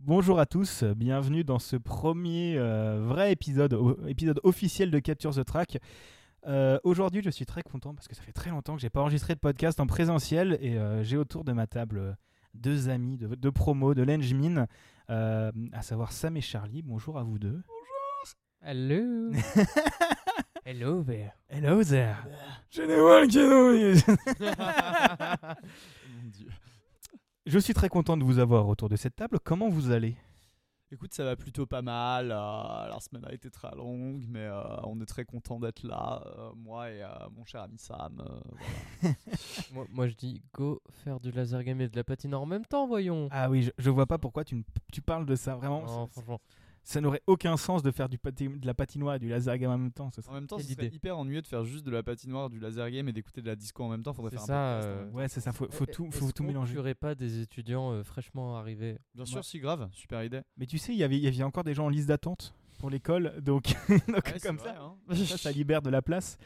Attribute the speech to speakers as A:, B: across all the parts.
A: Bonjour à tous, bienvenue dans ce premier euh, vrai épisode, o- épisode officiel de Capture the Track. Euh, Aujourd'hui, je suis très content parce que ça fait très longtemps que j'ai pas enregistré de podcast en présentiel et euh, j'ai autour de ma table euh, deux amis de, de promo de l'Engmin, euh, à savoir Sam et Charlie. Bonjour à vous deux.
B: Hello. Hello there.
A: Hello there.
C: Mon Dieu.
A: Je suis très content de vous avoir autour de cette table. Comment vous allez
C: Écoute, ça va plutôt pas mal. euh, la semaine a été très longue, mais euh, on est très content d'être là, euh, moi et euh, mon cher ami Sam. euh, voilà.
B: moi, moi, je dis go faire du laser game et de la patinoire en même temps, voyons.
A: Ah oui, je, je vois pas pourquoi tu, ne- tu parles de ça vraiment.
B: Non,
A: ça-
B: franchement.
A: ça n'aurait aucun sens de faire du pati- de la patinoire et du laser game en même temps. ce serait-
C: En même temps,
B: Quelle
C: c'est
B: idée.
C: hyper ennuyeux de faire juste de la patinoire, du laser game et d'écouter de la disco en même temps. Faudrait
B: C'est
C: faire
B: ça,
C: un podcast. hein. en
B: euh,
C: même temps.
A: Ouais, c'est ça, faut, faut
B: Eh,
A: tout,
B: est-ce
A: faut tout
B: qu'on
A: mélanger.
B: tuerait pas des étudiants euh, fraîchement arrivés.
C: Bien sûr, si grave, super idée.
A: Mais tu sais, il y avait- il y avait encore des gens en liste d'attente pour l'école, donc, donc
C: Ouais, c'est
A: comme
C: vrai,
A: ça,
C: hein.
A: ça, ça libère de la place.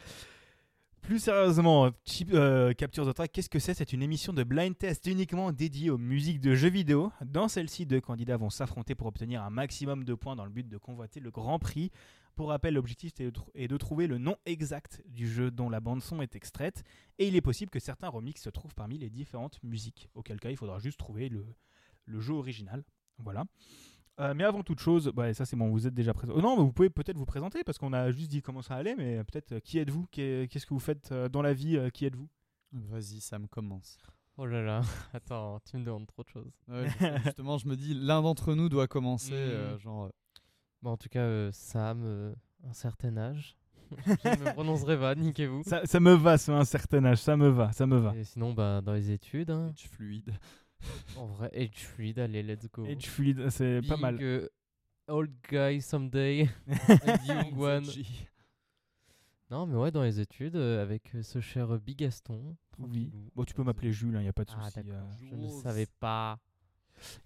A: Plus sérieusement, Chip- euh, Capture the Track, qu'est-ce que c'est C'est une émission de blind test uniquement dédiée aux musiques de jeux vidéo. Dans celle-ci, deux candidats vont s'affronter pour obtenir un maximum de points dans le but de convoiter le grand prix. Pour rappel, l'objectif est de tr- est de trouver le nom exact du jeu dont la bande-son est extraite, et il est possible que certains remix se trouvent parmi les différentes musiques, auquel cas il faudra juste trouver le, le jeu original. Voilà. Euh, mais avant toute chose, bah, et ça c'est bon, vous êtes déjà présent. Oh non, mais vous pouvez peut-être vous présenter parce qu'on a juste dit comment ça allait, mais peut-être euh, qui êtes-vous Qu'est- Qu'est-ce que vous faites euh, dans la vie euh, Qui êtes-vous
C: Vas-y, Sam, commence.
B: Oh là là, attends, tu me demandes trop de choses.
C: Ouais, je sais, justement, je me dis, l'un d'entre nous doit commencer.
B: Mhm.
C: euh, genre, euh,
B: Bon, en tout cas, euh, Sam, euh, un certain âge. je ne prononcerai pas, niquez-vous.
A: ça, ça me va, ça, un certain âge, ça me va, ça me va.
B: Et sinon, bah, dans les études, hein,
C: pitch fluide.
B: en vrai, age fluid, allez, let's go.
A: Edge fluide, c'est pas
B: Big,
A: mal.
B: euh, old guy someday. And young one.
C: G.
B: Non, mais ouais, dans les études, euh, avec euh, ce cher euh, Bigaston.
A: Oui.
B: tranquillou,
A: Bon, tu peux
B: comme ça.
A: m'appeler Jules, il n'y a pas de
B: Ah,
A: souci. Il
B: d'accord. Je ne savais pas.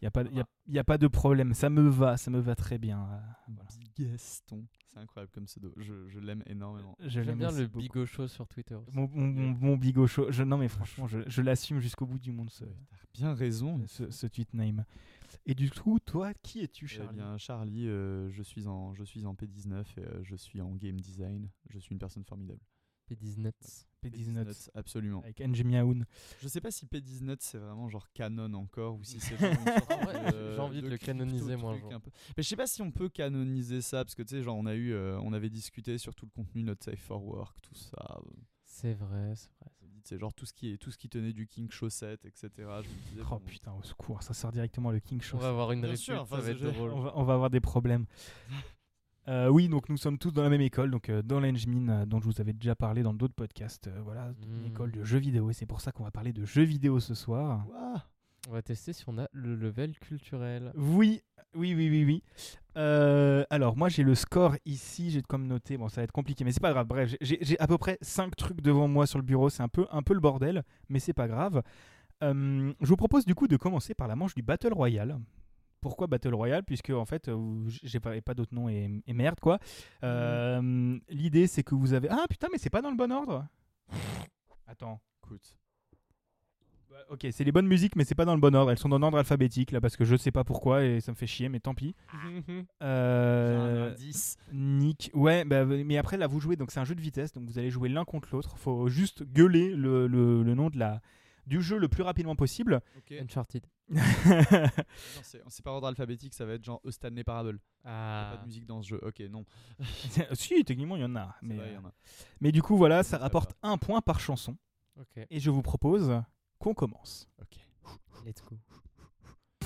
A: n'y a, pas- y a- y a pas de problème, ça me va, ça me va très bien. euh, voilà.
C: Bigaston. C'est incroyable comme pseudo. Je, je l'aime énormément.
A: Je l'aime
B: J'aime bien
A: aussi
B: le
A: beaucoup.
B: bigochot sur Twitter. aussi.
A: Mon, mon, mon, mon bigochot. Je- non, mais franchement, je, je l'assume jusqu'au bout du monde, ce,
C: Bien raison.
A: ce, ce tweet name. Et du coup, toi, qui
B: Eh
A: es-tu,
C: Charlie.
A: Charlie
C: Eh bien, Charlie, euh, je, suis en, je suis en P19 et euh, je suis en game design. Je suis une personne formidable.
B: P19.
A: P19.
C: absolument.
A: Avec Angie Miaoun.
C: Je sais pas si P19 c'est vraiment genre canon encore ou si c'est genre une sorte
B: Ouais,
C: de-
B: j'ai envie de le canoniser, moi, un
C: crypto-truc
B: jour.
C: peu. Mais je sais pas si on peut canoniser ça parce que tu sais, genre on a eu, euh, on avait discuté sur tout le contenu, notre safe for work, tout ça. euh,
B: C'est vrai, c'est vrai.
C: je me dis, tu sais, genre tout ce, qui est, tout ce qui tenait du King Chaussette, etc. Je me disais,
A: Oh
C: bon,
A: putain, au secours, ça sort directement le King Show.
B: On va avoir une
C: Bien
B: répute,
C: sûr, enfin,
B: ça va
C: c'est-
B: être
C: je-
B: drôle.
A: On va, on va avoir des problèmes. Euh, oui, donc nous sommes tous dans la même école, donc euh, dans l'Engmin, euh, dont je vous avais déjà parlé dans d'autres podcasts. euh, voilà, une
B: Mm.
A: école de jeux vidéo, et c'est pour ça qu'on va parler de jeux vidéo ce soir.
C: ouah,
B: On va tester si on a le level culturel.
A: Oui, oui, oui, oui, oui. Euh, alors, moi, j'ai le score ici. J'ai comme noté. Bon, ça va être compliqué, mais c'est pas grave. Bref, j'ai- j'ai j'ai à peu près 5 trucs devant moi sur le bureau. C'est un peu, un peu le bordel, mais c'est pas grave. Euh, je vous propose du coup de commencer par la manche du Battle Royale. Pourquoi Battle Royale Puisque en fait, euh, j'ai pas, pas d'autre nom et, et merde quoi. Euh, L'idée c'est que vous avez. Ah putain, mais c'est pas dans le bon ordre. Attends.
C: écoute.
A: Bah, Ok, c'est les bonnes musiques, mais c'est pas dans le bon ordre. Elles sont dans l'ordre alphabétique là parce que je sais pas pourquoi et ça me fait chier, mais tant pis. Euh, Nick. Ouais, bah, mais après, là, vous jouez, donc c'est un jeu de vitesse, donc vous allez jouer l'un contre l'autre. faut juste gueuler le, le- le nom de la, du jeu le plus rapidement possible.
C: Ok.
B: Uncharted.
C: Non, c'est- C'est par ordre alphabétique, ça va être genre Stanley Parable. Y a
B: Ah.
C: Pas de musique dans ce jeu. Ok, non.
A: si, techniquement, il y en a.
C: Mais euh,
A: Mais,
C: il y en a.
A: mais du coup, voilà,
C: Comment
A: ça
C: ça
A: rapporte un point par chanson.
B: Ok,
A: Et je vous propose qu'on commence.
B: let's go.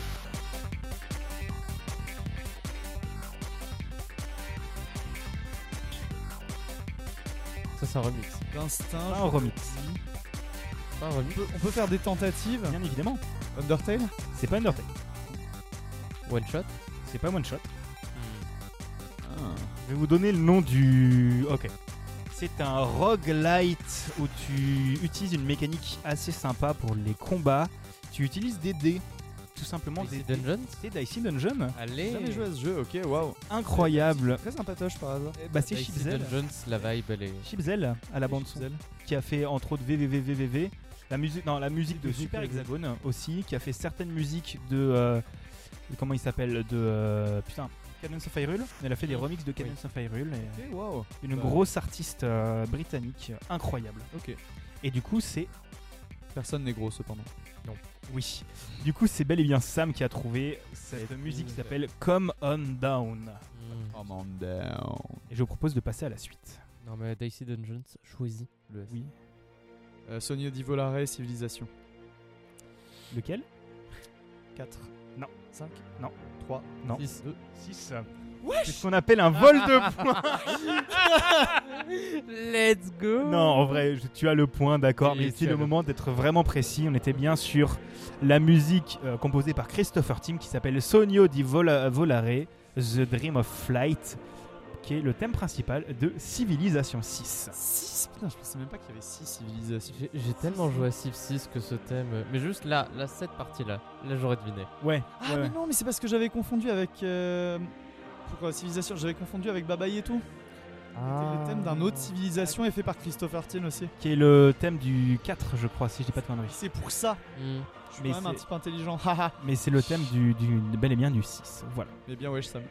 B: Ça, c'est un remix.
C: D'instinct.
A: Un
C: je-
A: remix.
B: Pas un remix.
C: On peut, on peut faire des tentatives.
A: Bien évidemment.
C: Undertale
A: C'est pas Undertale.
B: One shot.
A: C'est pas One Shot.
C: Hmm. ah.
A: Je vais vous donner le nom du. Ok. C'est un roguelite où tu utilises une mécanique assez sympa pour les combats. Tu utilises des dés. Tout simplement
B: Dicey
A: des dés.
B: Dungeons.
A: C'est Dicey Dungeon.
B: Allez.
C: Jamais joué à ce jeu, ok, waouh. Eh
A: Incroyable.
C: Eh. Euh, Très sympatoche par hasard.
A: Bah c'est
B: Dicey
A: Chipzel.
B: Dungeons, la vibe, elle est.
A: Chipzel à la bande son qui a fait entre autres VVVVVV, la musique non, la musique de
B: Musique,
A: Super
B: oui.
A: Hexagone aussi qui a fait certaines musiques de euh, comment il s'appelle de euh, putain Cadence of Hyrule. Elle a fait des
B: Mhm.
A: remixes de Cadence of Hyrule. et-
C: Ok, wow.
A: une
C: Bah,
A: grosse artiste euh, britannique euh, incroyable.
C: Ok.
A: Et du coup, c'est
C: Personne n'est gros cependant.
A: oui. Du coup, c'est bel et bien Sam qui a trouvé cette musique qui s'appelle Come On Down.
B: Hmm.
C: Come on Oh, down.
A: Et je vous propose de passer à la suite.
B: Non, mais Dicey Dungeons, choisis le S.
A: Oui.
C: Euh, Sonia di Volare, Civilisation.
A: Lequel
C: 4.
A: Non.
C: 5.
A: Non.
C: 3.
A: Non.
C: 6. 2.
A: 6. C'est ce qu'on appelle
B: Ah.
A: un vol de points.
B: Let's go
A: non, en vrai, je- tu as le point, d'accord,
B: Oui,
A: mais
B: tu
A: c'est
B: as
A: le
B: le
A: moment d'être vraiment précis. On était bien sur la musique euh, composée par Christopher Tim qui s'appelle Sonio di Vola- Volare, The Dream of Flight, qui est le thème principal de Civilisation 6.
C: 6 Putain, je pensais même pas qu'il y avait 6 civilisations.
B: J'ai- J'ai tellement joué à Civ 6 que ce thème. euh, Mais juste là, là cette partie-là, là, j'aurais deviné.
A: Ouais,
C: Ah,
A: ouais,
C: mais
A: ouais.
C: non, mais c'est parce que j'avais confondu avec. euh, Pour euh, civilisation, j'avais confondu avec Babaï et tout.
A: Ah.
C: C'était Le thème d'un autre civilisation est fait par Christopher Tien aussi.
A: qui est le thème du 4, je crois, si je dis pas de conneries.
C: C'est pour ça.
B: Hmm.
C: Je suis
A: Mais
C: quand même un
A: c'est-
C: type intelligent. haha.
A: Mais c'est le thème du, du bel et bien du 6. Voilà,
C: mais bien, wesh, Sam.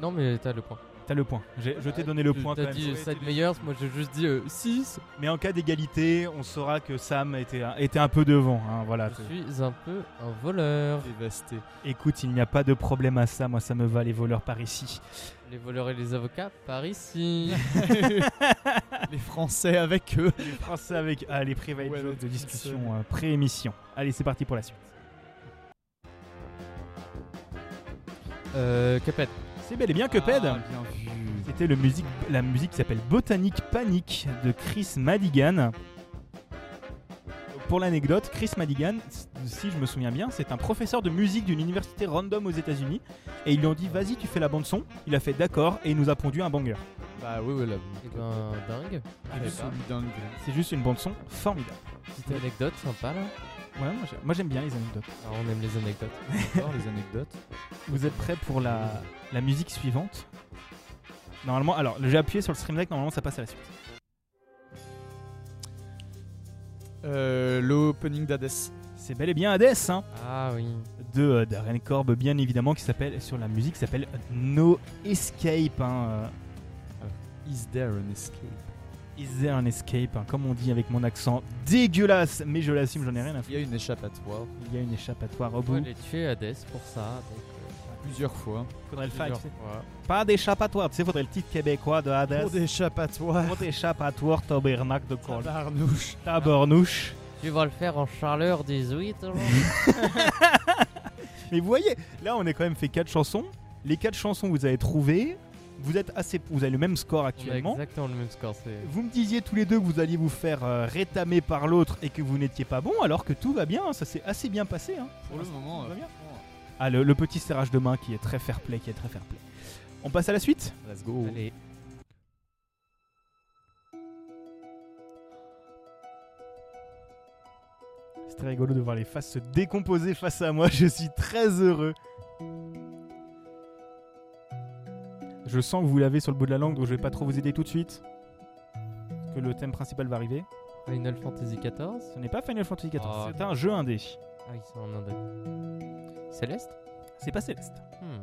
B: Non, mais t'as le point.
A: t'as le point. J'ai- Je t'ai donné le
B: Tu-
A: point quand
B: T'as
A: même.
B: dit
C: ça aurait été
B: Side
C: les-
B: Meyers, moi j'ai juste dit euh, 6.
A: Mais en cas d'égalité, on saura que Sam était, était un peu devant. hein, voilà.
B: Je suis un peu un voleur.
C: Dévasté.
A: Écoute, il n'y a pas de problème à ça. Moi, ça me va les voleurs par ici.
B: Les voleurs et les avocats par ici.
C: Les Français avec eux.
A: Les Français avec ah, les private
C: Ouais,
A: jokes de
C: ouais,
A: discussion euh, pré-émission. Allez, c'est parti pour la suite.
B: euh, Cuphead.
A: C'est bel et bien que
C: Ah, bien vu.
A: C'était le musique, la musique qui s'appelle Botanique Panique de Chris Madigan. Pour l'anecdote, Chris Madigan, si je me souviens bien, c'est un professeur de musique d'une université random aux États-Unis. Et ils lui ont dit Vas-y, tu fais la bande-son. Il a fait D'accord et il nous a pondu un banger.
C: Bah oui, oui, là.
B: Eh ben, dingue. Je savais
C: Absolue dingue.
A: C'est juste une bande-son formidable.
B: pas. Petite anecdote sympa là.
A: Ouais, moi, j'ai- moi j'aime bien les anecdotes.
B: Ah, on aime les anecdotes.
C: J'adore les anecdotes.
A: Vous êtes prêts pour la, la musique suivante Normalement, alors j'ai appuyé sur le stream deck, normalement ça passe à la suite.
C: Euh, L'opening d'Hades.
A: C'est bel et bien Hades, hein
B: Ah oui.
A: de euh, Darren Korb bien évidemment qui s'appelle sur la musique qui s'appelle No Escape hein,
C: Is there an escape
A: euh, Is there an escape hein, comme on dit avec mon accent dégueulasse mais je l'assume j'en ai rien à
C: Il
A: foutre
C: y a une échappatoire.
A: il y a une échappatoire au
B: On va
A: bout
B: les tuer Hades pour ça. Donc,
C: Plusieurs fois.
A: faudrait le
B: euh,
A: faire tu sais.
B: plusieurs fois.
A: pas d'échappatoire tu sais faudrait le titre québécois de Hades
C: Pour d'échappatoire.
A: Pas d'échappatoire tabernacle de Korb
C: Tabarnouche.
A: tabarnouche
B: Tu vas le faire en chaleur 18. alors
A: mais vous voyez là on a quand même fait quatre chansons les quatre chansons vous avez trouvé vous êtes assez vous avez le même score
B: On a
A: actuellement
B: exactement le même score. C'est
A: Vous me disiez tous les deux que vous alliez vous faire euh, rétamer par l'autre et que vous n'étiez pas bon, alors que tout va bien, hein, ça s'est assez bien passé. hein.
C: Pour le moment,
A: Tout va
C: euh,
A: bien. Ah, le, le petit serrage de main qui est très fair play, qui est très fair play. On passe à la suite
C: let's
A: Oh.
C: go.
B: Allez.
A: C'est très rigolo de voir les faces se décomposer face à moi, je suis très heureux. Je sens que vous l'avez sur le bout de la langue, donc je vais pas trop vous aider tout de suite. Parce que le thème principal va arriver.
B: Final Fantasy XIV.
A: Ce n'est pas Final Fantasy XIV,
B: Ah.
A: c'est un jeu indé.
B: Ah, ils sont en Inde. Céleste
A: C'est pas Céleste.
B: Hmm.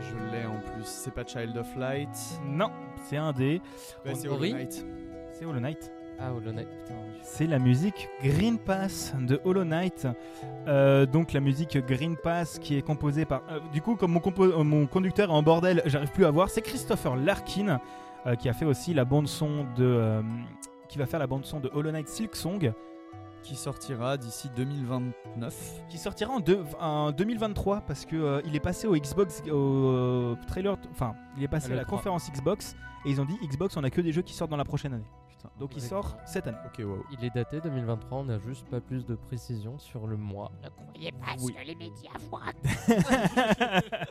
C: Je l'ai en plus. C'est pas Child of Light.
A: Non, c'est indé.
C: Bah, c'est Hollow
B: Ori
C: Knight.
A: C'est Hollow Knight.
B: Ah, Hollow Knight, putain. je-
A: C'est la musique Green Pass de Hollow Knight. Euh, donc la musique Green Pass qui est composée par... euh, du coup, comme mon, compo- euh, mon conducteur est en bordel, j'arrive plus à voir, c'est Christopher Larkin euh, qui a fait aussi la bande son de... euh, qui va faire la bande son de Hollow Knight Silk Song
C: Qui sortira d'ici 2029.
A: qui sortira en, deux- en 2023 parce que euh, il est passé au Xbox au trailer enfin il est passé
B: À
A: à la
B: l'E3.
A: conférence Xbox et ils ont dit Xbox on a que des jeux qui sortent dans la prochaine année
C: Putain.
A: donc il
B: Ouais.
A: sort cette année
C: Ok, wow.
B: Il est daté 2023, on n'a juste pas plus de précision sur le mois.
D: Ne croyez pas
A: Oui.
D: ce que les médias vous racontent.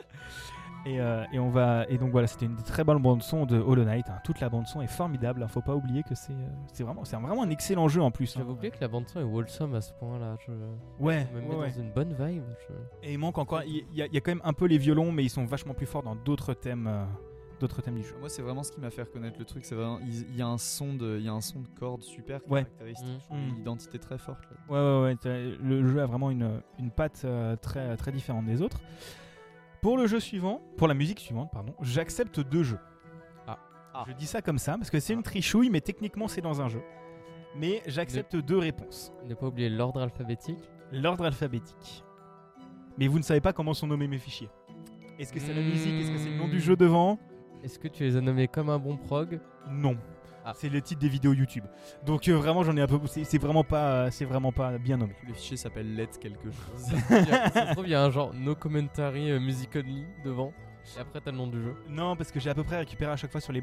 A: et, euh, et on va et donc voilà c'était une très bonne bande son de Hollow Knight hein. toute la bande son est formidable hein. faut pas oublier que c'est euh, c'est vraiment c'est vraiment un excellent jeu en plus hein.
B: J'avais oublié que la bande-son est wholesome à ce point-là. Je...
A: ouais,
B: On me met
A: ouais, ouais.
B: dans une bonne vibe. je-
A: et il manque encore il il y, a- il y a quand même un peu les violons mais ils sont vachement plus forts dans d'autres thèmes euh, d'autres thèmes du jeu.
C: Moi, c'est vraiment ce qui m'a fait reconnaître le truc. C'est vraiment, il il y a un son de, il y a un son de corde super
A: Ouais.
C: caractéristique.
B: Mm.
C: Je trouve Une
A: Mm.
C: identité très forte. Là.
A: Ouais, ouais, ouais. t'as- Le jeu a vraiment une, une patte euh, très, très différente des autres. Pour le jeu suivant, pour la musique suivante, pardon, j'accepte deux jeux.
B: Ah.
C: Ah.
A: Je dis ça comme ça parce que c'est une trichouille, mais techniquement c'est dans un jeu. Mais j'accepte deux réponses.
B: Ne pas oublier l'ordre alphabétique.
A: L'ordre alphabétique. Mais vous ne savez pas comment sont nommés mes fichiers. Est-ce que c'est la musique Est-ce que c'est le nom du
B: Mmh.
A: jeu devant
B: Est-ce que tu les as nommés comme un bon prog
A: Non.
B: Ah.
A: C'est le titre des vidéos YouTube. Donc euh, vraiment, j'en ai un peu. C'est c'est vraiment pas, c'est vraiment pas bien nommé.
C: Le fichier s'appelle Let quelque chose.
B: Il y a- Ça se trouve, il y a un genre no commentary euh, music only devant. Et après, t'as le nom du jeu.
A: Non, parce que j'ai à peu près récupéré à chaque fois sur les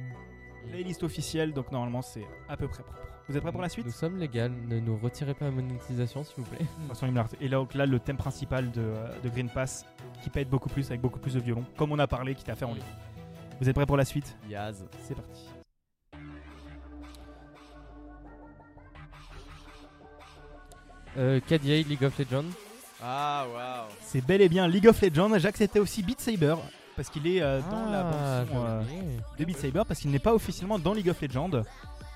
A: playlists officielles, donc normalement c'est à peu près propre. Vous êtes prêts pour la suite
B: Nous sommes légales, ne nous retirez pas la monétisation, s'il vous plaît.
A: De toute façon, il me l'a retiré. Et là, donc là, le thème principal de, euh, de Green Pass qui pète beaucoup plus avec beaucoup plus de violon, comme on a parlé, quitte à faire en ligne.
B: Mm.
A: Vous êtes prêts pour la suite
C: Yaz.
A: C'est parti.
B: Euh, KDA, League of Legends.
C: Ah waouh.
A: C'est bel et bien League of Legends. J'acceptais aussi Beat Saber parce qu'il est euh, dans la
B: Ah,
A: bande son,
B: j'avais
A: euh,
B: oublié.
A: de Beat Saber parce qu'il n'est pas officiellement dans League of Legends.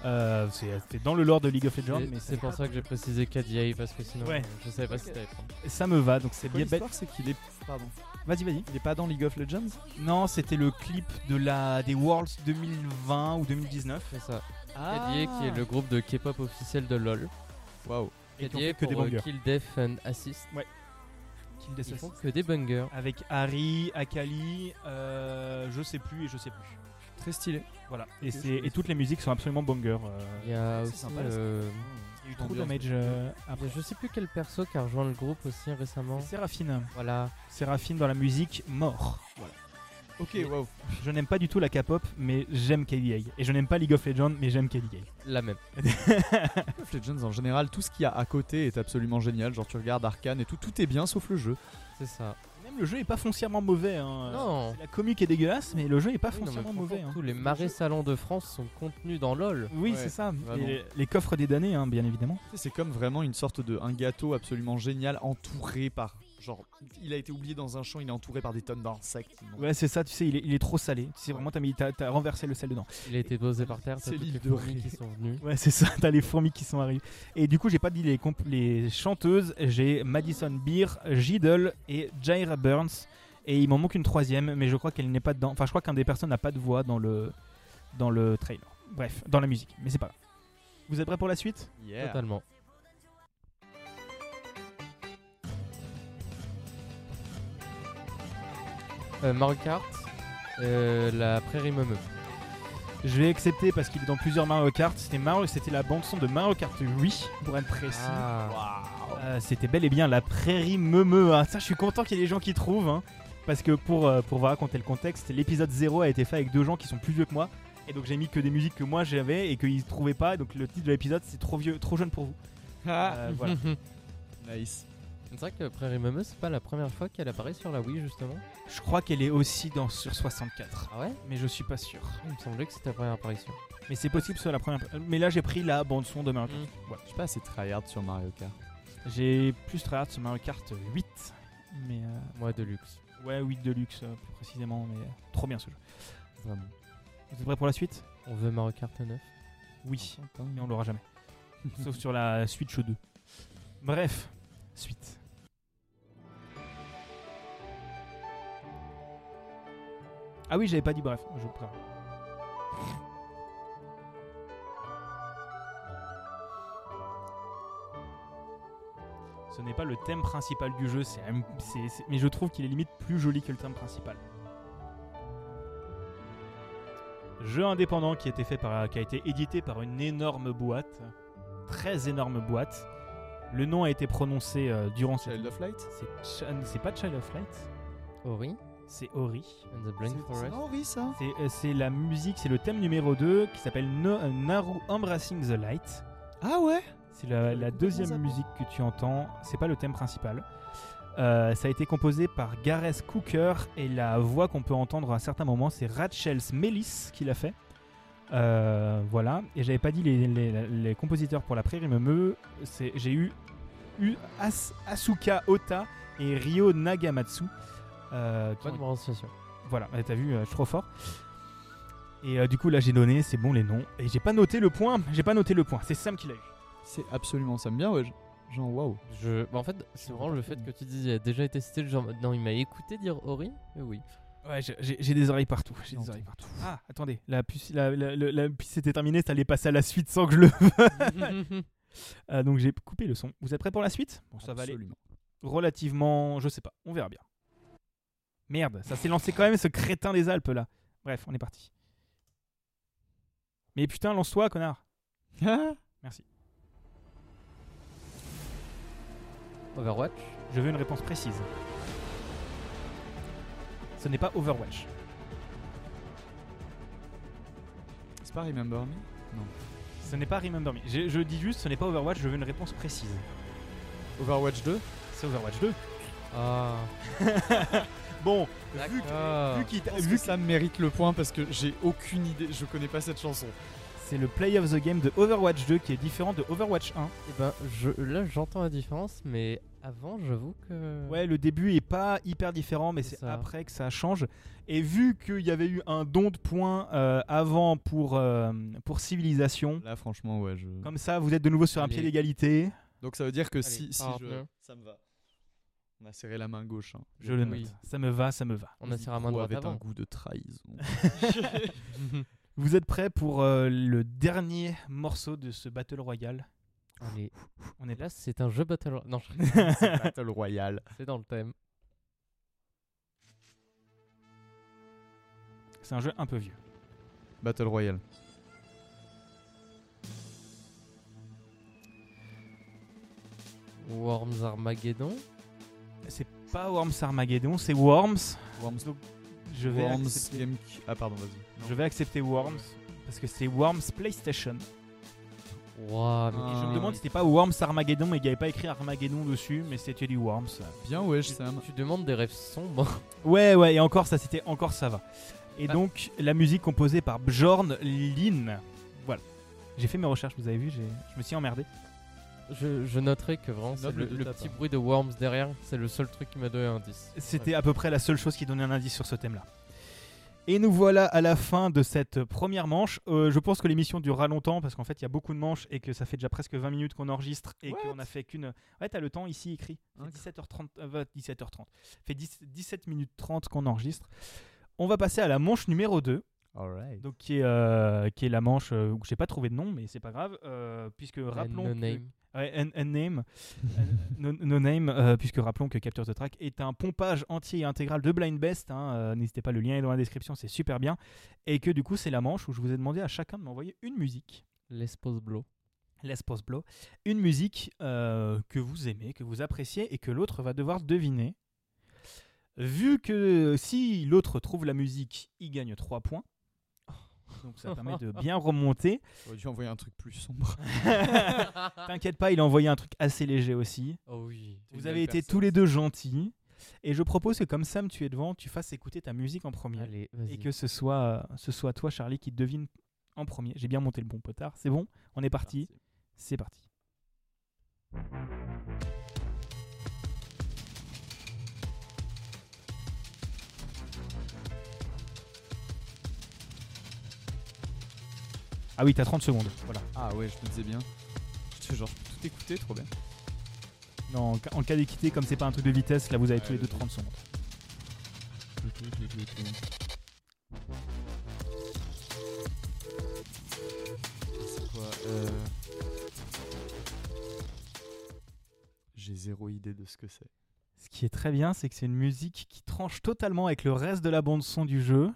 A: Euh, c'est c'est dans le lore de League of Legends,
B: Et
A: mais
B: C'est
A: c'est-
B: pour ça que j'ai précisé KDA parce que sinon
A: Ouais.
B: euh, je savais pas si
C: Ok.
B: t'avais pris.
A: ça me va. Donc c'est bien bête.
C: L'histoire, c'est qu'il est, pardon,
A: Vas-y, vas-y.
C: il est pas dans League of Legends.
A: Non, c'était le clip de la des Worlds 2020 ou 2019.
B: C'est ça.
A: Ah.
B: KDA qui est le groupe de K-pop officiel de LoL.
C: Waouh.
A: Et qui ont
B: KDA
A: fait que des
B: pour, euh,
A: bangers.
B: Kill Death and Assist.
A: Kill the
B: Ils
A: Assassin.
B: font que des bangers.
A: Avec Harry, Akali, euh, je sais plus et je sais plus.
C: Très stylé.
A: Voilà. Et, c'est- et toutes les musiques sont absolument banger. euh,
B: Il y a
C: C'est
B: aussi.
C: sympa, ça.
B: euh,
A: il y a eu trop de
C: ambiance.
A: damage euh,
B: il y
A: après.
B: a je sais plus quel perso qui a rejoint le groupe aussi récemment.
A: Séraphine.
B: Voilà.
A: Séraphine dans la musique mort.
C: Ok, waouh.
A: Je n'aime pas du tout la K-pop, mais j'aime KDA. Et je n'aime pas League of Legends, mais j'aime KDA.
B: La même.
C: League of Legends en général, tout ce qu'il y a à côté est absolument génial. Genre tu regardes Arcane et tout, tout est bien sauf le jeu.
B: C'est ça.
A: Même le jeu est pas foncièrement mauvais. hein.
B: non.
A: C'est La commu qui est dégueulasse, mais le jeu est pas
B: Oui, non, mais
A: foncièrement
B: franchement,
A: mauvais. hein.
B: Tous les marais salons de France sont contenus dans LoL.
A: Oui,
C: Ouais,
A: c'est ça.
C: vraiment.
A: Et les coffres des damnés, hein, bien évidemment.
C: Tu sais, C'est comme vraiment une sorte de un gâteau absolument génial entouré par genre il a été oublié dans un champ, il est entouré par des tonnes d'insectes. Non.
A: Ouais, c'est ça, tu sais, il est, il est trop salé. Tu sais, vraiment, t'as, mis, t'as, t'as renversé le sel dedans.
B: Il a été posé par terre, t'as
C: C'est
B: toutes les
C: l'île de
B: fourmis qui
C: Ré.
B: sont venues.
A: Ouais, c'est ça, t'as les fourmis qui sont arrivées. Et du coup, j'ai pas dit les, comp- les chanteuses, j'ai Madison Beer, Giddle et Jaira Burns. Et il m'en manque une troisième, mais je crois qu'elle n'est pas dedans. Enfin, je crois qu'un des personnes n'a pas de voix dans le, dans le trailer. Bref, dans la musique, mais c'est pas grave. Vous êtes prêts pour la suite
C: Yeah.
B: Totalement. Euh, Mario Kart, euh, la prairie meume.
C: Ah.
A: Je vais accepter parce qu'il est dans plusieurs Mario Kart. C'était, Mario, c'était la bande-son de Mario Kart 8, pour être précis.
C: Ah. Waouh.
A: Euh, C'était bel et bien la prairie meumeu. hein. Ça, je suis content qu'il y ait des gens qui trouvent. hein. parce que pour, euh, pour vous raconter le contexte, l'épisode 0 a été fait avec deux gens qui sont plus vieux que moi. Et donc j'ai mis que des musiques que moi j'avais et qu'ils trouvaient pas. Donc le titre de l'épisode, c'est trop vieux, trop jeune pour vous.
B: Ah.
A: Euh, voilà.
C: Nice.
B: c'est vrai que prairie meume, c'est pas la première fois qu'elle apparaît sur la Wii justement.
A: Je crois qu'elle est aussi dans sur 64.
B: Ah ouais
A: Mais je suis pas sûr.
B: Il me semblait que c'était la première apparition.
A: Mais c'est possible que ce soit la première. Mais là j'ai pris la bande son de Mario Kart.
C: Je suis pas assez tryhard sur Mario Kart.
A: J'ai plus tryhard sur Mario Kart 8. Mais euh,
B: Moi de luxe.
A: ouais 8 Deluxe euh, plus précisément. Mais euh, trop bien ce jeu.
C: Vraiment.
A: Vous êtes prêts pour la suite
B: On veut Mario Kart 9.
A: Oui. mais on l'aura jamais. Sauf sur la Switch 2. Bref, suite. Ah oui, j'avais pas dit bref, je prends. Ce n'est pas le thème principal du jeu, c'est, un- c'est- c'est- mais je trouve qu'il est limite plus joli que le thème principal. Jeu indépendant qui a été fait par, qui a été édité par une énorme boîte, très énorme boîte. Le nom a été prononcé euh, durant cette.
C: Child of Light
A: C'est, Ch- c'est pas Child of Light,
B: Ori
A: c'est Ori.
B: and the Blind
C: C'est
B: Forest.
C: Henri ça
A: C'est, euh, c'est la musique, c'est le thème numéro 2 qui s'appelle No- euh, Naru Embracing the Light.
C: Ah ouais
A: C'est la,
C: J'avais
A: la
C: complètement
A: deuxième
C: zappé.
A: musique que tu entends, c'est pas le thème principal. Euh, ça a été composé par Gareth Cooker et la voix qu'on peut entendre à certains moments, c'est Rachel Smelis qui l'a fait. Euh, voilà, et j'avais pas dit les, les- les compositeurs pour la prairie me meut. C'est- J'ai eu, eu As- Asuka Ota et Ryo Nagamatsu. euh, qui ont
B: Bonne prononciation.
A: voilà, euh, t'as vu, euh, je suis trop fort. Et euh, du coup, là, j'ai donné, c'est bon les noms. Et j'ai pas noté le point, j'ai pas noté le point. C'est Sam qui l'a eu.
C: C'est absolument ça me bien, ouais. Genre, waouh.
B: Je... bah, en fait, c'est vraiment le fait que tu dis, il a déjà été cité, genre, non, il m'a écouté dire Ori Mais
C: Eh
B: Oui.
A: Ouais, j'ai- j'ai j'ai des oreilles partout. J'ai des
C: Non,
A: oreilles partout. Ah, attendez, la puce, la, la- la- la puce était terminée, ça allait passer à la suite sans que je le. Euh, donc j'ai coupé le son. Vous êtes prêts pour la suite Bon, ça va aller
C: Absolument.
A: relativement, je sais pas, on verra bien. Merde, ça s'est lancé quand même ce crétin des Alpes là. Bref, on est parti. Mais putain, lance-toi, connard.
B: Overwatch
A: Je veux une réponse précise. Ce n'est pas Overwatch.
C: c'est pas Remember Me
A: Ce n'est pas Remember Me. Je, je dis juste, ce n'est pas Overwatch, je veux une réponse précise.
C: Overwatch 2
A: C'est Overwatch 2.
B: Ah,
A: Bon, vu que-
B: d'accord.
A: vu qu'il t'a-
C: Vu
A: vu
C: que ça mérite le point parce que j'ai aucune idée, je connais pas cette chanson.
A: C'est le play of the game de Overwatch 2 qui est différent de Overwatch 1.
B: Eh ben, je... là, j'entends la différence, mais avant, j'avoue que.
A: Ouais, le début est pas hyper différent, mais
B: C'est
A: c'est
B: ça.
A: après que ça change. Et vu qu'il y avait eu un don de points euh, avant pour, euh, pour Civilisation,
C: Là, franchement, ouais, je.
A: comme ça vous êtes de nouveau sur un
B: Allez.
A: pied d'égalité.
C: Donc ça veut dire que
B: Allez,
C: si, si je.
B: pardon.
C: Ça me va. On a serré la main gauche. hein.
A: Je le note.
B: Oui.
A: Ça me va, ça me va.
B: On a serré à main
C: Pro
B: droite
C: avait un
B: avant.
C: goût de trahison.
A: Vous êtes prêts pour euh, le dernier morceau de ce Battle Royale
B: Allez.
A: On est
B: Là, c'est un jeu Battle Royale. Non, je-
C: Battle Royale.
B: c'est dans le thème.
A: C'est un jeu un peu vieux.
C: Battle Royale.
B: Worms Armageddon
A: C'est pas Worms Armageddon, c'est Worms.
C: Worms,
A: Je vais,
C: Worms
A: accepter-
C: Game Cu- Ah, pardon, vas-y. Non.
A: je vais accepter Worms parce que c'est Worms PlayStation.
B: Waouh, mais
A: Et je me
C: Ah.
A: demande si c'était pas Worms Armageddon, mais il n'y avait pas écrit Armageddon dessus, mais c'était du Worms.
C: Bien, ouais,
B: tu,
C: Sam.
B: tu demandes des rêves sombres.
A: Ouais, ouais, et encore ça, c'était encore ça va. Et
B: Bah.
A: donc la musique composée par Bjorn Lin. Voilà. J'ai fait mes recherches, vous avez vu, j'ai- je me suis emmerdé.
B: Je, je noterai que vraiment, c'est
C: Noble
B: le,
C: de
B: le
C: ta
B: petit
C: part.
B: bruit de Worms derrière, c'est le seul truc qui m'a donné un indice.
A: C'était à peu près la seule chose qui donnait un indice sur ce thème-là. Et nous voilà à la fin de cette première manche. Euh, je pense que l'émission durera longtemps parce qu'en fait il y a beaucoup de manches et que ça fait déjà presque 20 minutes qu'on enregistre et
C: What
A: qu'on a fait qu'une. Ouais, t'as le temps ici écrit.
C: Incroyable.
A: Fait 17h30. euh, va- 17h30. Fait 10 17 minutes 30 qu'on enregistre. On va passer à la manche numéro 2.
C: Alright.
A: Donc qui est, euh, qui est la manche euh, où j'ai pas trouvé de nom, mais c'est pas grave, euh, puisque
B: Ouais,
A: rappelons
B: no
A: que-
B: name.
A: Ouais, un- un name, Un- no, no name, euh, puisque rappelons que Capture the Track est un pompage entier et intégral de Blind Best. hein, euh, N'hésitez pas, le lien est dans la description, c'est super bien, et que du coup c'est la manche où je vous ai demandé à chacun de m'envoyer une musique.
B: Les Pose Blow.
A: Les Post Blow, une musique euh, que vous aimez, que vous appréciez et que l'autre va devoir deviner. Vu que si l'autre trouve la musique, il gagne 3 points. Donc ça permet de bien remonter.
C: J'aurais dû envoyer un truc plus sombre.
A: T'inquiète pas, il a envoyé un truc assez léger aussi.
B: Oh oui.
C: Une
A: Vous
C: belle
A: avez été
C: personne.
A: tous les deux gentils. Et je propose que comme Sam, tu es devant, tu fasses écouter ta musique en premier.
B: Allez,
A: Et
B: vas-y.
A: que ce soit, euh, ce soit toi, Charlie, qui devine en premier. J'ai bien monté le bon potard. C'est bon On est
C: Ah,
A: parti C'est parti. Ah oui, t'as 30 secondes. Voilà.
C: Ah, ouais, je me disais bien. J'étais Genre, je peux tout écouter, trop bien.
A: Non, en ca- en cas d'équité, comme c'est pas un truc de vitesse, là vous avez tous
C: Ouais,
A: les deux
C: le-
A: 30 secondes.
C: C'est quoi euh, J'ai zéro idée de ce que c'est.
A: Ce qui est très bien, c'est que c'est une musique qui tranche totalement avec le reste de la bande-son du jeu.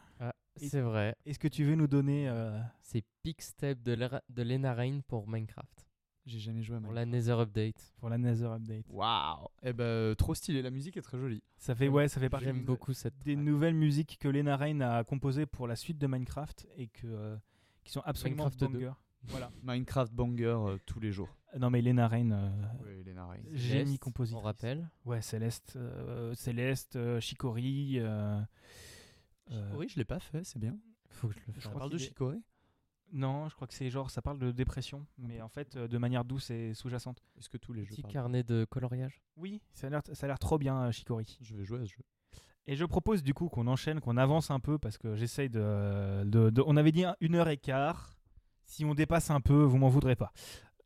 B: C'est vrai.
A: Est-ce que tu veux nous donner. euh,
B: C'est Peak Step de Lera- de Lena Rain pour Minecraft.
C: J'ai jamais joué à
B: Pour
C: Minecraft.
B: la Nether Update.
A: pour la Nether Update
C: Waouh Eh ben, trop stylé, la musique est très jolie.
A: Ça fait,
B: J'aime-
A: ouais, ça fait partie
B: J'aime
A: des-
B: beaucoup cette.
A: des
B: track.
A: nouvelles musiques que Lena Rain a composées pour la suite de Minecraft et que, euh, qui sont absolument
B: Minecraft 2.
A: bangers. Voilà.
C: Minecraft banger euh, tous les jours.
A: Non, mais Lena Rain. euh,
C: Oui, les narines.
A: Génie
B: Céleste,
A: compositrice.
B: On rappelle.
A: ouais, Céleste, euh, Céleste, euh, Chicory. euh, euh,
C: Oui, je l'ai pas fait, c'est bien.
B: Faut que je le fasse.
A: crois
C: On parle de
A: qu'il est-
C: Chicorée
A: Non, je crois que c'est genre, ça parle de dépression, mais en fait, euh, de manière douce et sous-jacente.
C: Est-ce que tous les jeux
B: Petit
C: parlent
B: carnet de coloriage.
A: Oui, ça a l'air, ça a l'air trop bien, euh, Chicory.
C: Je vais jouer à ce jeu.
A: Et je propose du coup qu'on enchaîne, qu'on avance un peu parce que j'essaye de, de- de- On avait dit un- une heure et quart. Si on dépasse un peu, vous m'en voudrez pas.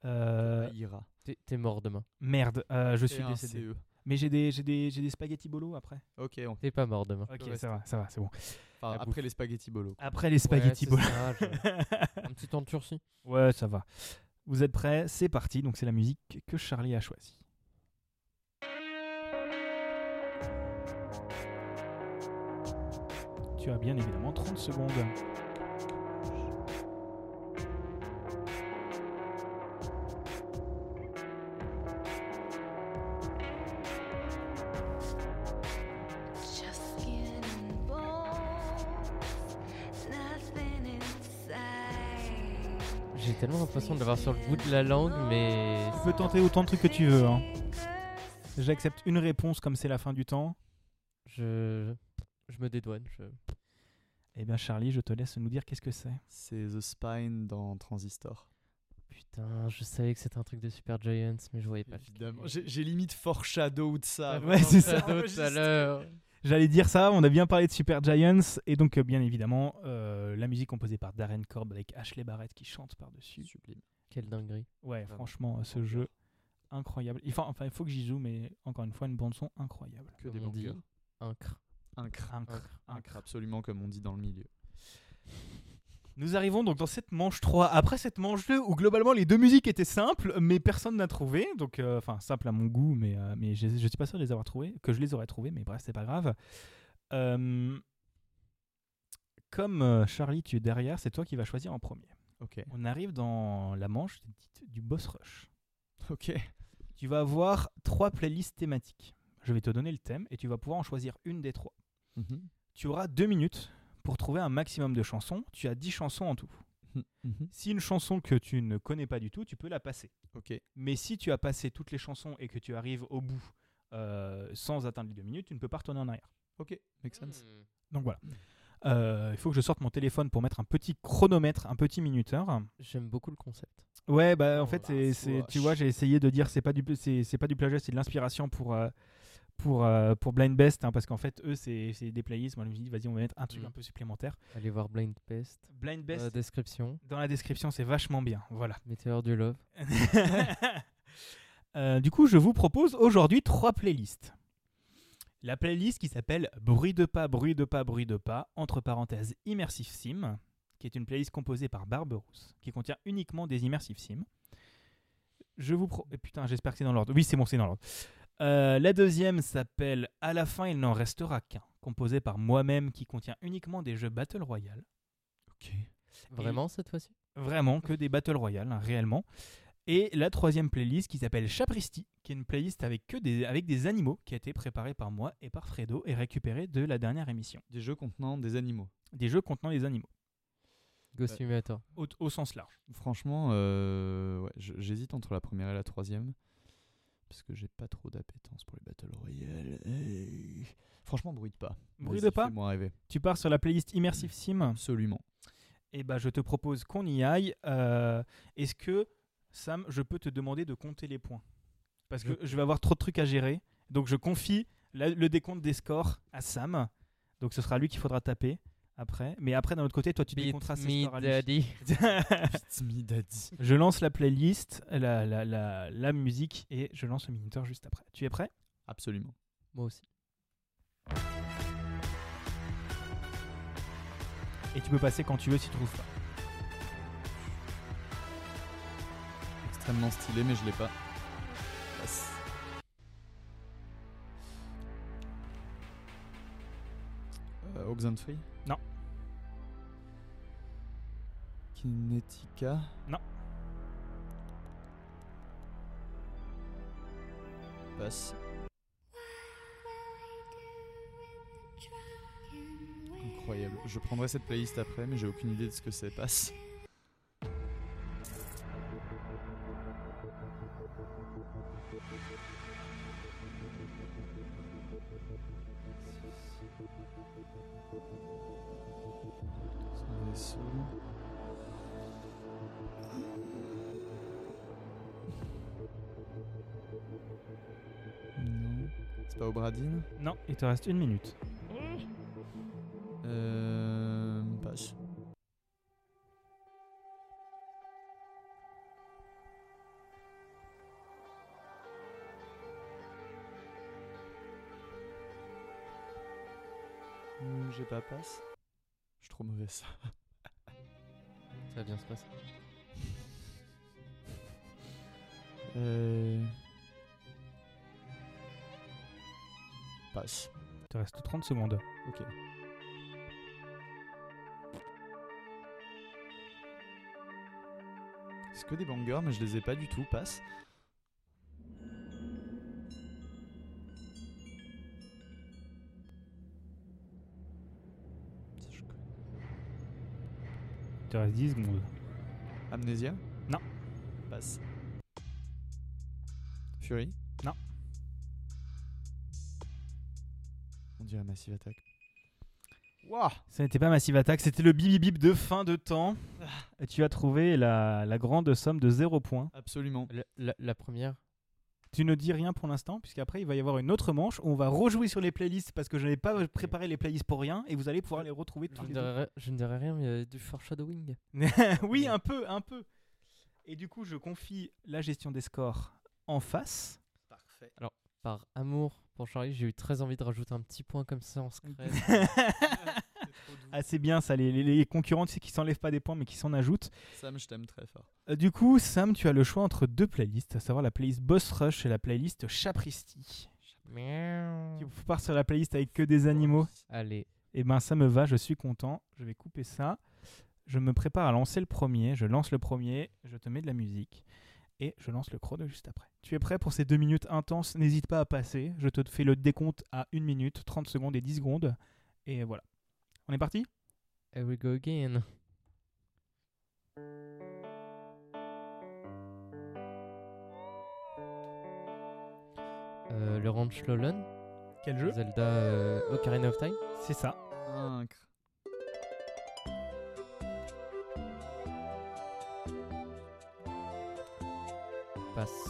A: Euh,
C: Ça Ah, ira.
B: T'es- T'es mort demain.
A: merde, euh, je
C: Et
A: suis
C: un
B: E.
A: décédé.
C: CE.
A: Mais j'ai des, j'ai des, j'ai des spaghettis bolo après.
C: Ok, on-
B: T'es pas mort demain.
A: Ok,
C: Ouais,
A: ça va, ça va, c'est bon.
C: enfin,
B: La
C: après les spaghettis bolo.
A: Après les spaghettis
B: Ouais,
A: bolo.
B: c'est ça, je- Un petit temps de sursis.
A: Ouais, ça va. Vous êtes prêts C'est parti. Donc c'est la musique que Charlie a choisie. Tu as bien évidemment 30 secondes.
E: Just skin and bones, nothing inside.
B: J'ai tellement l'impression de l'avoir sur le bout de la langue, mais.
A: Tu peux tenter autant de trucs que tu veux. hein. J'accepte une réponse comme c'est la fin du temps.
B: Je. Je me dédouane. Je...
A: Eh bien Charlie, je te laisse nous dire qu'est-ce que c'est.
C: C'est The Spine dans Transistor.
B: Putain, je savais que c'était un truc de Super Giants, mais je voyais pas. le
C: Évidemment.
B: clip.
C: J'ai j'ai limite foreshadow de ça.
A: Ah, Ouais, c'est ça.
B: Shadow tout à l'heure.
A: J'allais dire ça, on a bien parlé de Super Giants et donc euh, bien évidemment euh, la musique composée par Darren Korb avec Ashley Barrett qui chante par-dessus.
C: Sublime.
B: Quelle dinguerie.
A: Ouais,
C: Vraiment,
A: franchement, euh, ce
C: encore.
A: jeu incroyable. Il faut- enfin, il faut que j'y joue, mais encore une fois, une bande son incroyable.
C: Que
B: Comme
C: des
B: on dit.
C: bangers.
B: Incre.
C: Un cra-
A: Incre,
C: un
A: incre.
C: cra- absolument comme on dit dans le milieu.
A: Nous arrivons donc dans cette manche 3. Après cette manche 2, où globalement les deux musiques étaient simples, mais personne n'a trouvé. Donc, euh, enfin, simple à mon goût, mais, euh, mais je, je suis pas sûr de les avoir trouvées, que je les aurais trouvées, mais bref, c'est pas grave. Euh, comme euh, Charlie, tu es derrière, c'est toi qui vas choisir en premier.
C: Ok.
A: On arrive dans la manche dite du boss rush.
C: Ok.
A: Tu vas avoir trois playlists thématiques. Je vais te donner le thème et tu vas pouvoir en choisir une des trois.
C: Mhm.
A: Tu auras deux minutes pour trouver un maximum de chansons. Tu as 10 chansons en tout.
C: Mhm.
A: Si une chanson que tu ne connais pas du tout, tu peux la passer.
C: Ok.
A: Mais si tu as passé toutes les chansons et que tu arrives au bout euh, sans atteindre les deux minutes, tu ne peux pas retourner en arrière.
C: Ok. Make sense.
A: Donc voilà. Euh, il faut que je sorte mon téléphone pour mettre un petit chronomètre, un petit minuteur.
B: J'aime beaucoup le concept.
A: Ouais, bah en
C: Oh
A: fait,
C: la
A: c'est, c'est- tu
C: vache.
A: vois, j'ai essayé de dire c'est pas du c'est, c'est pas du plagiat, c'est de l'inspiration pour euh, pour euh, pour Blind Best, hein, parce qu'en fait eux c'est, c'est des playlists. Moi je me suis dit vas-y on va mettre un truc
B: Mm.
A: un peu supplémentaire.
B: Allez voir Blind Pest.
A: Blind
B: Dans
A: Best
B: la description.
A: dans la description c'est vachement bien, voilà.
B: Météore du Love.
A: Euh, du coup, je vous propose aujourd'hui trois playlists. La playlist qui s'appelle Bruit de pas, bruit de pas, bruit de pas, entre parenthèses Immersive Sim, qui est une playlist composée par Barberousse, qui contient uniquement des Immersive Sim. Je vous pro... eh, Putain, j'espère que c'est dans l'ordre. Oui, c'est bon, c'est dans l'ordre. Euh, la deuxième s'appelle À la fin, il n'en restera qu'un, composée par moi-même, qui contient uniquement des jeux Battle Royale.
C: Ok.
B: Vraiment cette fois-ci
A: Vraiment, que des Battle Royale, hein, réellement. Et la troisième playlist qui s'appelle Chapristi, qui est une playlist avec, que des, avec des animaux qui a été préparée par moi et par Fredo et récupérée de la dernière émission.
C: Des jeux contenant des animaux.
A: Des jeux contenant des animaux,
B: Ghost
C: Ouais.
B: Simulator.
A: au, au sens large.
C: Franchement, euh, ouais, je- j'hésite entre la première et la troisième. Parce que j'ai pas trop d'appétence pour les Battle Royale. Hey. Franchement, bruit de pas.
A: Bruit
C: Vas-y,
A: de pas
C: Fais-moi rêver.
A: Tu pars sur la playlist Immersive Sim
C: Absolument.
A: Et bah je te propose qu'on y aille. Euh, Est-ce que, Sam, je peux te demander de compter les points Parce que je vais avoir trop de trucs à gérer. Donc je confie la- le décompte des scores à Sam. Donc ce sera lui qu'il faudra taper après. Mais après, d'un autre côté, toi, tu
B: Beat
A: décompteras ses
B: me
A: scores à lui.
B: daddy.
C: It's me, daddy.
A: Je lance la playlist, la, la, la, la musique et je lance le minuteur juste après. Tu es prêt
C: Absolument.
B: Moi aussi.
A: Et tu peux passer quand tu veux si tu trouves pas.
C: Extrêmement stylé, mais je l'ai pas. Yes. Euh, Oxenfree
A: Non.
C: Kinetica
A: Non.
C: Passe. Incroyable. Je prendrai cette playlist après, mais j'ai aucune idée de ce que c'est. Passe. Son vaisseau. Non. C'est pas Obradine
A: Non, il te reste une minute.
B: Oh
C: Euh, passe. Hmm, J'ai pas passe. Je suis trop mauvais ça.
B: Ça va bien se passer.
C: Euh... Passe.
A: Il te reste 30 secondes.
C: Ok. C'est que des bangers, mais je les ai pas du tout. Passe. Ça, je connais.
A: Il te reste 10 secondes.
C: Amnésia
A: Non.
C: Passe. Fury
A: Non.
C: On dirait Massive Attack. Wouah
A: Ça n'était pas Massive Attack, c'était le bip bip bip de fin de temps. Et tu as trouvé la, la grande somme de 0 points.
C: Absolument.
B: La, la- la première
A: Tu ne dis rien pour l'instant, puisqu'après il va y avoir une autre manche où on va rejouer sur les playlists parce que je n'avais pas préparé les playlists pour rien et vous allez pouvoir les retrouver
B: je
A: tous
B: ne,
A: les deux.
B: dirais, ri- je ne dirais rien, mais il y a du foreshadowing.
A: oui, un peu, un peu. Et du coup, je confie la gestion des scores en face.
C: Parfait.
B: Par amour pour Charlie, j'ai eu très envie de rajouter un petit point comme ça en secret.
A: Ah, c'est bien ça, les, les- les concurrents tu sais, qui s'enlèvent pas des points mais qui s'en ajoutent.
C: Sam, je t'aime très fort.
A: Euh, Du coup, Sam, tu as le choix entre deux playlists, à savoir la playlist Boss Rush et la playlist Chapristi.
B: Miaou.
A: Tu pars sur la playlist avec que des animaux.
B: Allez,
A: Eh ben, ça me va, je suis content. Je vais couper ça. Je me prépare à lancer le premier. Je lance le premier. Je te mets de la musique. Et je lance le chrono juste après. Tu es prêt pour ces deux minutes intenses N'hésite pas à passer. Je te fais le décompte à 1 minute, 30 secondes et 10 secondes. Et voilà. On est parti
B: here we go again. Euh, le Ranch Lolan,
A: Quel
B: Zelda euh, Ocarina of Time.
A: C'est ça.
C: Incre.
B: Passe.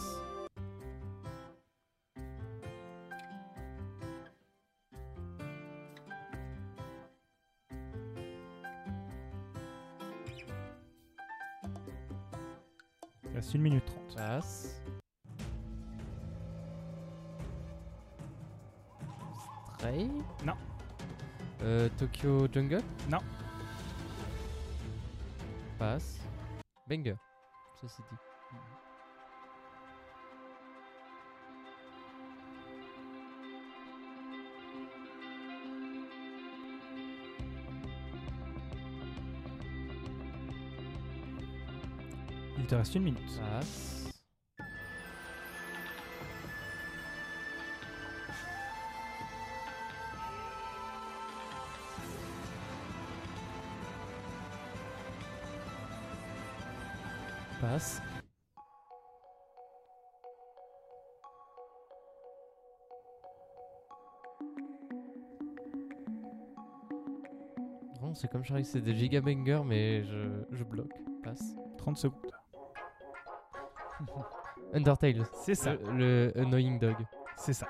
A: Il reste 1 minute 30.
B: Passe. Stray
A: Non.
B: Euh, Tokyo Jungle
A: Non.
B: Passe. Banger, ceci dit.
A: Il te reste 1 minute.
B: Passe. Passe. Vraiment, c'est comme Charlie, c'est des giga bangers, mais je, je bloque. Passe.
A: 30 secondes.
B: Undertale.
A: C'est ça.
B: Euh, Le, le Annoying Dog.
A: C'est ça.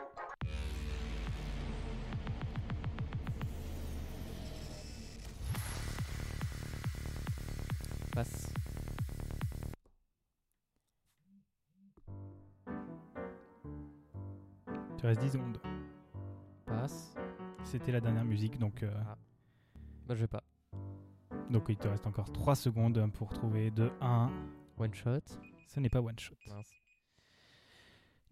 B: Passe.
A: Il te reste 10 secondes.
B: Passe.
A: C'était la dernière musique, donc, euh,
B: Bah, je vais pas.
A: donc il te reste encore 3 secondes pour trouver de 1.
B: One shot.
A: Ce n'est pas one shot.
B: Mince.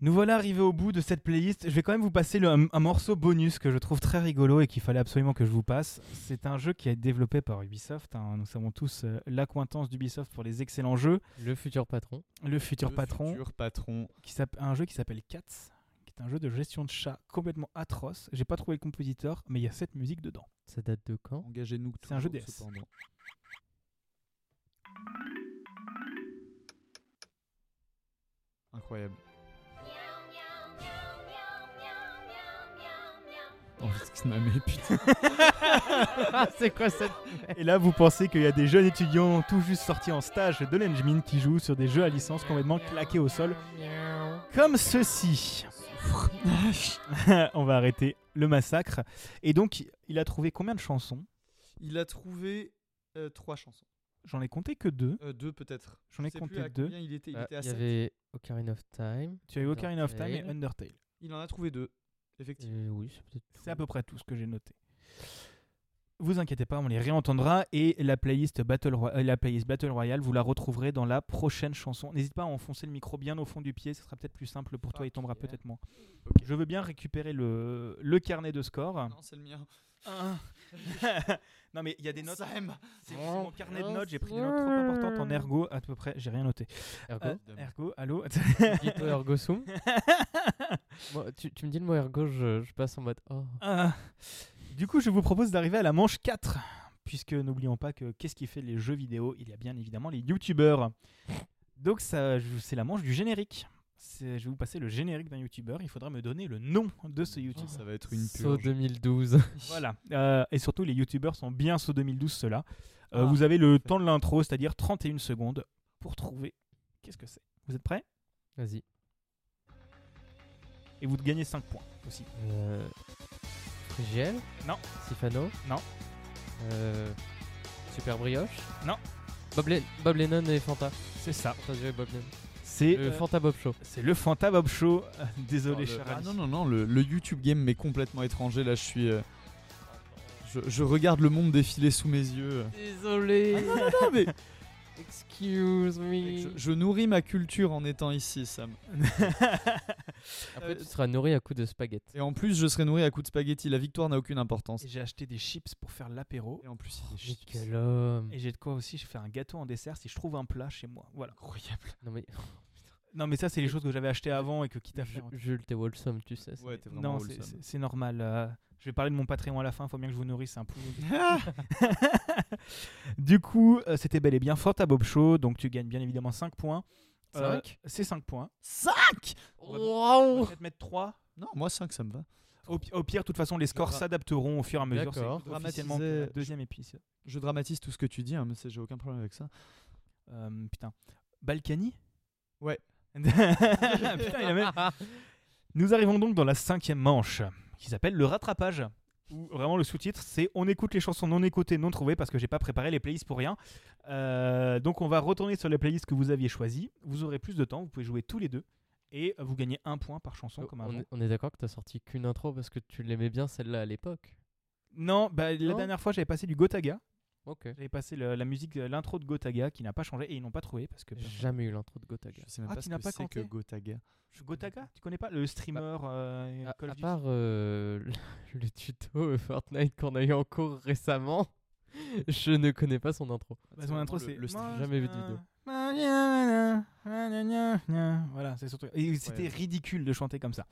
A: Nous voilà arrivés au bout de cette playlist. Je vais quand même vous passer le- un, un morceau bonus que je trouve très rigolo et qu'il fallait absolument que je vous passe. C'est un jeu qui est développé par Ubisoft. hein. Nous savons tous euh, l'acquaintance d'Ubisoft pour les excellents jeux.
B: Le futur patron.
A: Le futur
C: Le
A: patron,
C: Futur patron.
A: qui s'app- un jeu qui s'appelle Cats, qui est un jeu de gestion de chat complètement atroce. J'ai pas trouvé le compositeur, mais il y a cette musique dedans.
B: Ça date de quand
C: Engagez-nous
A: C'est un jeu
C: toujours,
A: DS.
C: cependant. Incroyable. Oh, ce m'a mis, putain.
B: Ah, c'est quoi cette.
A: Et là, vous pensez qu'il y a des jeunes étudiants tout juste sortis en stage de l'Engmin qui jouent sur des jeux à licence complètement claqués au sol.
B: Ah,
A: Comme ceci. On va arrêter le massacre. Et donc, il a trouvé combien de chansons
C: Il a trouvé euh, trois chansons.
A: J'en ai compté que deux.
C: Euh, deux peut-être.
A: J'en ai
C: Je sais plus
A: compté
C: à
A: deux.
C: combien Il était, Bah,
B: Ah,
C: il était à
B: il y
C: sept.
B: avait Ocarina of Time.
A: Tu as eu Ocarina of Time et
B: Undertale.
A: Undertale.
C: Il en a trouvé deux, effectivement.
B: Euh, oui, c'est peut-être
A: C'est à
B: tout.
A: peu près tout ce que j'ai noté. Vous inquiétez pas, on les réentendra et la playlist Battle, Roy- euh, la playlist Battle Royale, vous la retrouverez dans la prochaine chanson. N'hésite pas à enfoncer le micro bien au fond du pied, ce sera peut-être plus simple pour toi, il tombera
C: Ok.
A: peut-être moins.
C: Ok.
A: Je veux bien récupérer le, le carnet de score.
C: Non, c'est le mien.
A: non mais il y a des notes,
C: Sam
A: c'est c'est mon carnet de notes, j'ai pris des notes trop importantes en ergo, à peu près, j'ai rien noté.
B: Ergo.
A: Euh, ergo, allô
B: Dito ergo sum. Moi, tu, tu me dis le mot ergo, je, je passe en mode oh.
A: Ah. Du coup, je vous propose d'arriver à la manche 4, puisque n'oublions pas que qu'est-ce qui fait les jeux vidéo Il y a bien évidemment les youtubeurs. Donc ça, je- c'est la manche du générique. C'est- Je vais vous passer le générique d'un youtubeur. Il faudra me donner le nom de ce youtubeur.
C: Ça va être une
B: So
C: purge.
B: 2012.
A: Voilà. Euh, et surtout, les youtubeurs sont bien sous 2012 ceux-là. Euh,
C: Ah.
A: Vous avez le temps de l'intro, c'est-à-dire 31 secondes, pour trouver qu'est-ce que c'est. Vous êtes prêts
B: Vas-y.
A: Et vous gagnez 5 points aussi.
B: Euh... GL
A: Non.
B: Sifano
A: Non.
B: Euh... Super Brioche
A: Non.
B: Bob, Len- Bob Lennon et Fanta.
A: C'est ça.
B: Fanta Joy Bob Lennon.
A: C'est
B: Euh,
A: euh,
B: Fanta Bob Show.
A: c'est le Fanta Bob Show. Désolé,
C: Attends, le-
A: cher
C: Ah
A: ami.
C: non, non, non, le, le YouTube game m'est complètement étranger. Là, je suis. euh, Je, je regarde le monde défiler sous mes yeux.
B: Désolé.
C: Ah non, non, non, mais
B: Excuse
C: je,
B: me.
C: je nourris ma culture en étant ici, Sam.
B: Après, tu seras nourri à coups de spaghettes.
C: Et en plus, je serai nourri à coups de spaghettis. La victoire n'a aucune importance.
A: Et J'ai acheté des chips pour faire l'apéro.
C: Et en plus, il est chips.
B: Quel homme.
A: Et j'ai de quoi aussi je fais un gâteau en dessert si je trouve un plat chez moi. Voilà.
C: Incroyable.
B: Non mais
A: Non, mais ça, c'est les choses que j'avais achetées avant et que quitte à
B: Ju-
A: faire.
B: Jules, t'es wholesome, tu sais. c'est-
C: Ouais, t'es vraiment
A: Non, c'est-
C: wholesome.
A: c'est c'est normal. euh, je vais parler de mon Patreon à la fin. Faut bien que je vous nourrisse un peu. du coup, euh, c'était bel et bien fort à Bob Show. Donc, tu gagnes bien évidemment 5 points. Euh,
B: Cinq
A: C'est 5 points. On va
B: Waouh.
A: peut-être mettre 3.
C: Non, moi 5, ça me va.
A: Au, pi- au pire, de toute façon, les scores
C: Dra-
A: s'adapteront au fur et à mesure. C'est
B: D'accord.
A: officiellement
C: Dramatiser-
A: le deuxième épisode.
C: Je dramatise tout ce que tu dis, hein, mais c'est- j'ai aucun problème avec ça.
A: Euh, putain. Balkany
C: Ouais.
A: putain, il a même. Nous arrivons donc dans la cinquième manche, qui s'appelle le rattrapage. Où vraiment le sous-titre, c'est on écoute les chansons non écoutées, non trouvées, parce que j'ai pas préparé les playlists pour rien. Euh, donc on va retourner sur les playlists que vous aviez choisies. Vous aurez plus de temps, vous pouvez jouer tous les deux. Et vous gagnez un point par chanson comme avant.
B: Oh, On est, on est d'accord que t'as sorti qu'une intro parce que tu l'aimais bien celle-là à l'époque.
A: Non, bah, la
B: Non
A: dernière fois j'avais passé du Gotaga.
B: Ok.
A: J'avais passé le- la musique, de- l'intro de Gotaga qui n'a pas changé et ils n'ont pas trouvé parce que.
B: Jamais eu l'intro de
C: Je
B: Gotaga.
C: sais même
A: Ah,
C: pas
A: tu
C: ce
A: n'as
C: que
A: pas
C: c'est que
A: compté
C: Gotaga.
A: Gotaga Tu connais pas le streamer euh,
B: Bah, À,
A: Call
B: à
A: of Duty
B: part euh, le tuto euh, Fortnite qu'on a eu en cours récemment, je ne connais pas son intro.
A: Bah, son intro, c'est.
C: Le, le stream.
B: jamais vu de vidéo.
A: Voilà, c'est surtout. Et c'était
C: Ouais.
A: ridicule de chanter comme ça.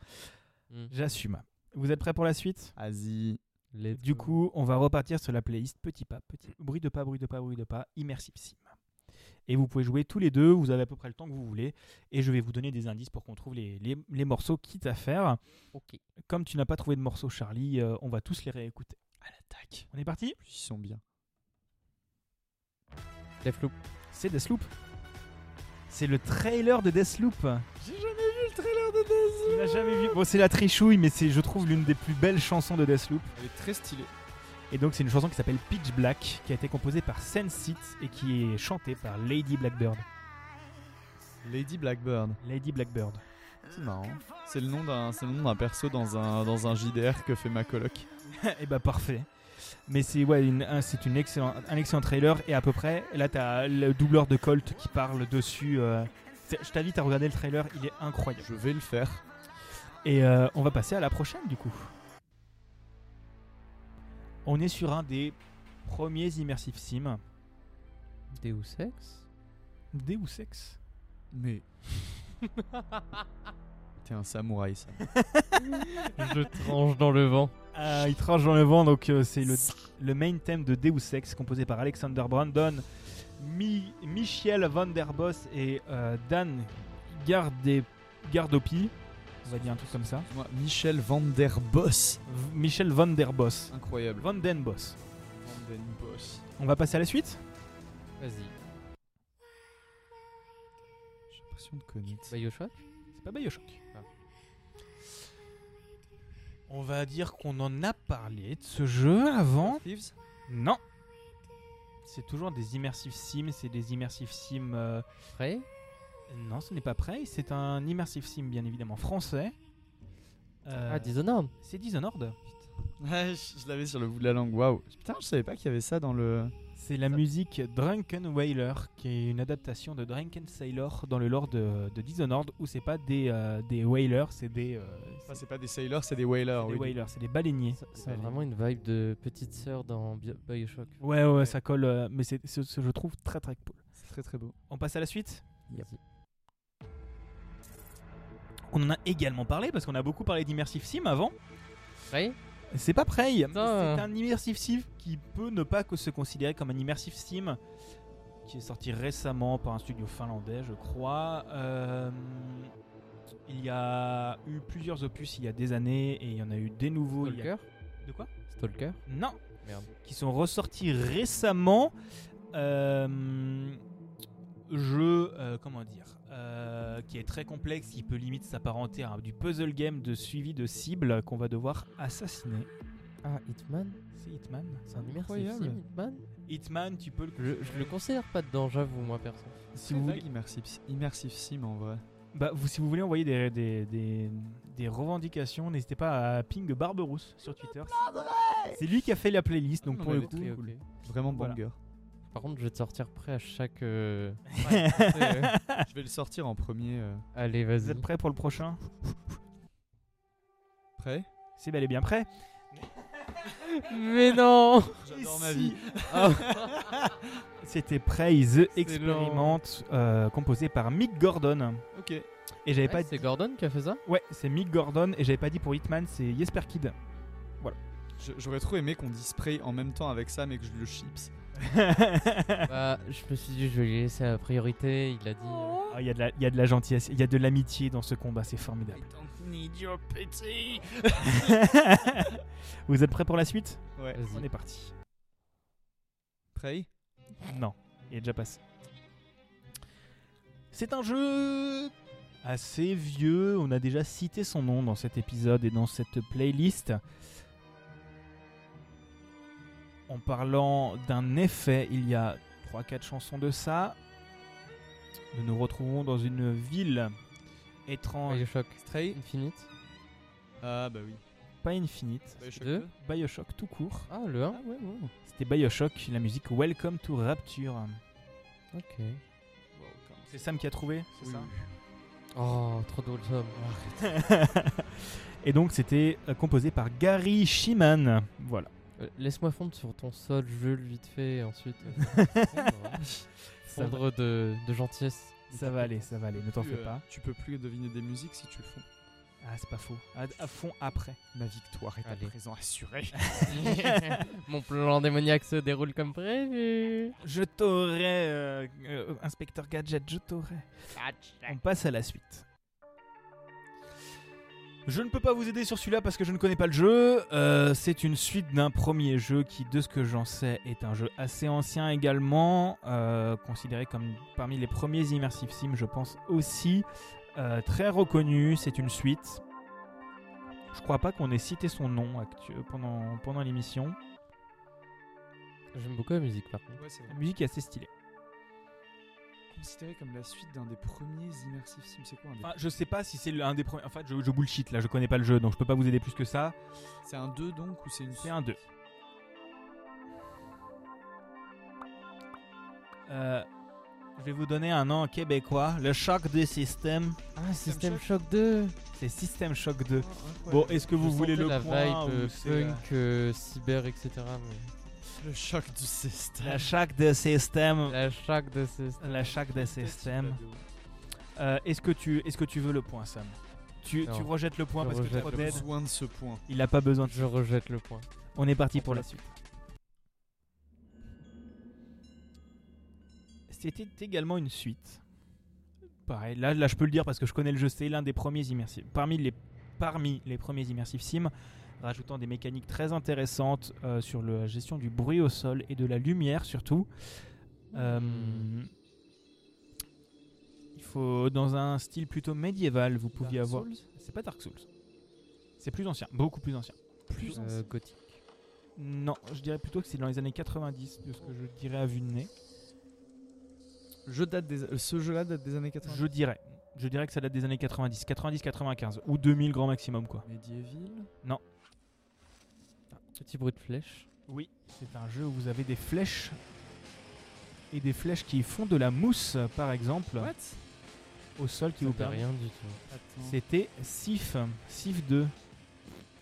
B: Hmm.
A: J'assume. Vous êtes prêts pour la suite
C: Asie.
B: Let's
A: Du
B: go.
A: coup, on va repartir sur la playlist petit pas, petit bruit de pas, bruit de pas, bruit de pas, immersivissime. Et vous pouvez jouer tous les deux, vous avez à peu près le temps que vous voulez. Et je vais vous donner des indices pour qu'on trouve les, les- les morceaux, quitte à faire.
B: Ok.
A: Comme tu n'as pas trouvé de morceaux, Charlie, euh, on va tous les réécouter.
C: À l'attaque.
A: On est parti
C: Ils sont bien.
B: Deathloop.
A: C'est Deathloop. C'est le trailer de Deathloop.
C: J'ai jamais vu le trailer de Daisy.
A: Tu l'as jamais vu. Bon, c'est la trichouille, mais c'est, je trouve, l'une des plus belles chansons de Deathloop.
C: Elle est très stylée.
A: Et donc, c'est une chanson qui s'appelle Pitch Black, qui a été composée par Sensit et qui est chantée par Lady Blackbird.
C: Lady Blackbird.
A: Lady Blackbird.
C: C'est marrant. C'est le nom d'un, c'est le nom d'un perso dans un, dans un JDR que fait ma coloc. Eh
A: et
C: ben,
A: bah, parfait. Mais c'est, ouais, une- un, c'est une excellent, un excellent trailer. Et à peu près, là, t'as le doubleur de Colt qui parle dessus. euh, c'est- je t'invite à regarder le trailer, il est incroyable.
C: Je vais le faire.
A: Et euh, on va passer à la prochaine du coup. On est sur un des premiers immersifs sim.
B: Deus Ex.
A: Deus Ex.
C: Mais. T'es un samouraï, ça.
B: je tranche dans le vent.
A: Ah, il tranche dans le vent, donc euh, c'est le, le main thème de Deus Ex composé par Alexander Brandon, Mi- Michel Van Der Boss et euh, Dan Gardé- Gardopi. On va dire un truc comme ça.
C: Moi, Michel Van Der Boss.
A: V- Michel Van Der Boss.
C: Incroyable.
A: Van Den Boss.
C: Van Den Boss.
A: On va passer à la suite
B: Vas-y.
C: J'ai l'impression de connaître.
A: Hein
B: Bioshock.
A: C'est pas Bioshock.
B: Ah.
A: On va dire qu'on en a parlé de ce jeu avant.
C: Thieves
A: Non, c'est toujours des immersive sim, c'est des immersive sim. euh,
B: Prêt
A: Non, ce n'est pas prêt. C'est un immersive sim, bien évidemment, français. Euh,
B: Ah, Dishonored
A: c'est Dishonored.
C: Ouais, je, je l'avais sur le bout de la langue, waouh. Putain, je savais pas qu'il y avait ça dans le.
A: C'est la musique Drunken Whaler, qui est une adaptation de Drunken Sailor dans le lore de, de Dishonored, où c'est pas des, euh, des whalers, c'est des, euh,
C: Ah,
A: c'est-
C: c'est pas des sailors, c'est des
A: c'est
C: whalers.
A: des
C: oui.
A: whalers, c'est des baleiniers.
B: Ça, ça a vraiment une vibe de petite sœur dans Bio- Bioshock.
A: Ouais, ouais, ça colle, euh, mais c'est, ce- ce- je trouve très très cool.
C: C'est très très beau.
A: On passe à la suite
B: Vas-y.
A: On en a également parlé, parce qu'on a beaucoup parlé d'immersive sim avant.
B: Prêt
A: C'est pas Prey. C'est
B: Putain.
A: un immersive sim qui peut ne pas que se considérer comme un immersive sim, qui est sorti récemment par un studio finlandais, je crois. Euh, il y a eu plusieurs opus il y a des années et il y en a eu des nouveaux. il y a-
B: Stalker
A: De quoi
B: Stalker
A: Non,
B: Merde.
A: qui sont ressortis récemment. Euh, jeu, euh, comment dire, euh, qui est très complexe, qui peut limite s'apparenter à du puzzle game de suivi de cible qu'on va devoir assassiner.
B: Ah, Hitman
A: C'est Hitman
B: C'est un immersive
C: Incroyable.
B: sim, Hitman
A: Hitman, tu peux le.
B: je, je le considère pas dedans, j'avoue, moi, perso.
C: Si vous voulez. Immersive, immersive sim en vrai.
A: Bah, vous, si vous voulez envoyer des, des, des, des revendications, n'hésitez pas à ping Barberousse sur Twitter. C'est lui qui a fait la playlist, donc
C: Ah,
A: pour
C: mais
A: le
C: ok,
A: coup.
B: Ok,
C: cool.
B: ok.
C: Vraiment
A: Voilà.
C: banger.
B: Par contre, je vais te sortir prêt à chaque... euh,
C: je vais le sortir en premier. euh.
B: Allez,
A: Vous
B: vas-y.
A: êtes prêts pour le prochain
C: Prêt
A: C'est bel et bien prêt.
B: Mais non
C: J'adore
A: Et
C: ma
A: si-
C: vie.
A: C'était Praise The
B: Excellent.
A: Experiment, euh, composé par Mick Gordon.
C: Ok.
A: Et j'avais
B: Ah,
A: pas dit.
B: C'est Gordon qui a fait ça
A: Ouais, c'est Mick Gordon, et j'avais pas dit pour Hitman, c'est Jesper Kid.
C: Je- J'aurais trop aimé qu'on dise spray en même temps avec ça, mais que je le chips.
A: Ah,
B: Bah, je me suis dit, je vais lui laisser la priorité. Il a dit. euh,
A: Ah, Il y, a de la- il y a de la gentillesse, il y a de l'amitié dans ce combat, c'est formidable. Vous êtes prêts pour la suite
C: Ouais.
A: On
B: Vas-y.
A: est parti.
C: Prey
A: Non, il est déjà passé. C'est un jeu assez vieux, on a déjà cité son nom dans cet épisode et dans cette playlist. En parlant d'un effet, il y a 3-4 chansons de ça. Nous nous retrouvons dans une ville étrange,
B: Bioshock.
C: Stray
B: Infinite.
C: Ah bah oui.
A: pas infinite.
C: Bioshock
B: deux.
C: 2.
A: Bioshock tout court.
B: Ah, le 1
C: ouais, ouais.
A: C'était Bioshock, la musique Welcome to Rapture.
B: Ok.
A: C'est Sam qui a trouvé, c'est ça
B: Oh, trop drôle ça.
A: Et donc c'était euh, composé par Gary Shiman. Voilà.
B: Euh, Laisse-moi fondre sur ton sol, je vite fait, et ensuite. euh,
A: Ça va,
B: fondre de, de gentillesse.
A: ça va aller, ça va aller, ne t'en
C: Tu,
A: fais
C: euh,
A: pas.
C: Tu peux plus deviner des musiques si tu le fais.
A: Ah, c'est pas faux. À, à fond après.
C: Ma victoire est
B: Allez.
C: à présent assurée.
B: Mon plan démoniaque se déroule comme prévu.
A: Je t'aurais, euh, euh, inspecteur Gadget, je t'aurais. On passe à la suite. Je ne peux pas vous aider sur celui-là parce que je ne connais pas le jeu. Euh, c'est une suite d'un premier jeu qui, de ce que j'en sais, est un jeu assez ancien également, euh, considéré comme parmi les premiers immersive sim, je pense aussi. Euh, très reconnu, c'est une suite. Je crois pas qu'on ait cité son nom actu- pendant, pendant l'émission.
B: J'aime beaucoup la musique par contre.
C: ouais, c'est
A: La musique est assez stylée.
C: Considéré comme la suite d'un des premiers immersifs sim, c'est quoi un des-
A: Ah, je sais pas si c'est un des premiers. En fait, je, je bullshit là, je connais pas le jeu donc je peux pas vous aider plus que ça.
C: C'est un 2 donc ou c'est une
A: C'est un 2. Euh, je vais vous donner un nom québécois. Le choc des systèmes,
B: Ah,
C: System
B: System Shock 2
A: c'est Système Choc 2. Bon,
C: Oh, incroyable.
A: est-ce que vous
B: Je
A: voulez
B: sentais
A: le
B: la
A: point
B: vibe
A: ou
B: euh,
A: c'est la-
B: punk, euh, cyber, etc. mais-
C: le choc du système.
A: euh, La choc des systèmes.
B: La Shock de ces.
A: La choc des
C: Peut-être
A: systèmes.
C: celui-là de-
A: Euh, est-ce que tu, est-ce que tu veux le point, Sam tu,
B: Non.
A: tu rejettes le point
B: Je
A: parce que t'es
B: rejette
A: trop
B: le
C: J'ai
A: dead.
C: besoin de ce point.
A: Il n'a pas besoin. de-
B: Je rejette le point.
A: On est parti pour la suite. C'était également une suite. Pareil, là, là je peux le dire parce que je connais le jeu, c'est l'un des premiers immersifs. Parmi les, parmi les premiers immersifs sim, rajoutant des mécaniques très intéressantes euh, sur la gestion du bruit au sol et de la lumière surtout. Euh,
B: Hmm.
A: il faut, dans un style plutôt médiéval, vous pouviez
C: Dark
A: avoir.
C: Souls
A: C'est pas Dark Souls. C'est plus ancien, beaucoup plus ancien.
C: Plus
B: Euh,
C: ancien.
B: gothique.
A: Non, je dirais plutôt que c'est dans les années 90, de ce que je dirais à vue de nez.
C: Je date des... euh, Ce jeu-là date des années 80.
A: Je dirais. Je dirais que ça date des années 90, 90, 95 ou 2000 grand maximum quoi.
C: Medieval
B: Petit bruit de flèche.
A: Oui, c'est un jeu où vous avez des flèches et des flèches qui font de la mousse par exemple
C: What
A: au sol qui
B: Ça
A: vous
B: me dit
A: permet.
B: rien du tout.
A: C'était Sif, Sif 2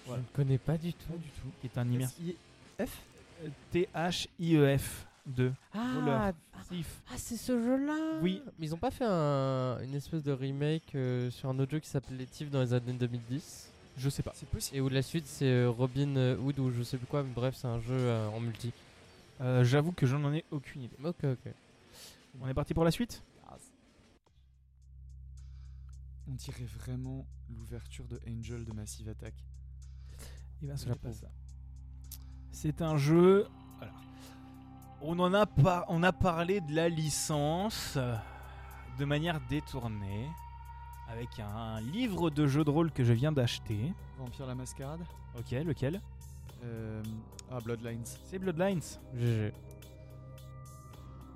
B: Je ne connais pas du tout.
C: du tout.
A: qui est un immersion
C: F
A: T H I E F 2.
B: Ah,
A: Voleur. Sif.
B: ah, c'est ce jeu-là
A: Oui.
B: Mais ils ont pas fait un- une espèce de remake euh, sur un autre jeu qui s'appelait Thief dans les années 2010
A: Je sais pas.
C: C'est possible.
B: Et où la suite c'est euh, Robin euh, Hood ou je sais plus quoi, mais bref, c'est un jeu euh, en multi.
A: Euh, J'avoue que j'en ai aucune idée.
B: Ok, ok.
A: On est parti pour la suite
C: On dirait vraiment l'ouverture de Angel de Massive Attack.
A: Eh ben, ce
B: La
A: n'est pas
B: pauvre.
A: ça. C'est un jeu. voilà. On en a pas. On a parlé de la licence euh, de manière détournée avec un livre de jeu de rôle que je viens d'acheter.
C: Vampire la Mascarade
A: Ok, lequel
C: Euh, Ah, Bloodlines.
A: C'est Bloodlines.
B: GG.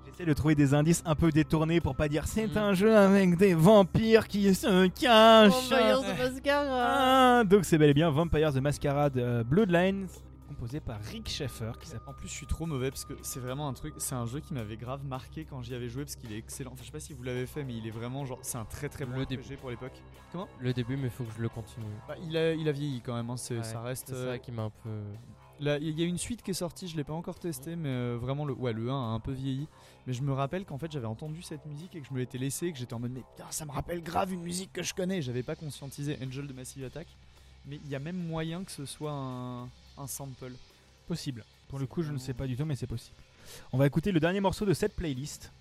A: J'essaie de trouver des indices un peu détournés pour pas dire c'est
B: Mm.
A: un jeu avec des vampires qui se
B: Oh,
A: cachent.
B: bah, hein.
A: Ah, donc c'est bel et bien Vampires the Masquerade euh, Bloodlines composé par Rick Schaeffer qui s'appelle
C: En plus, je suis trop mauvais parce que c'est vraiment un truc. C'est un jeu qui m'avait grave marqué quand j'y avais joué parce qu'il est excellent. Enfin, je sais pas si vous l'avez fait, mais il est vraiment genre. C'est un très très bon
B: Le
C: RPG
B: début.
C: pour l'époque.
B: Ah. Le début, mais faut que je le continue.
C: Bah, il, a, il a vieilli quand même, hein, c'est-
B: Ouais,
C: ça reste.
B: C'est
C: euh,
B: ça qui m'a un peu.
C: Là, Il y a une suite qui est sortie, je l'ai pas encore testé, mais euh, vraiment le, ouais, le 1 a un peu vieilli. Mais je me rappelle qu'en fait j'avais entendu cette musique et que je me l'étais laissé et que j'étais en mode mais putain ça me rappelle grave une musique que je connais. J'avais pas conscientisé Angel de Massive Attack, mais il y a même moyen que ce soit un, un sample.
A: possible. Pour le coup, je ne sais pas du tout, mais c'est possible. On va écouter le dernier morceau de cette playlist.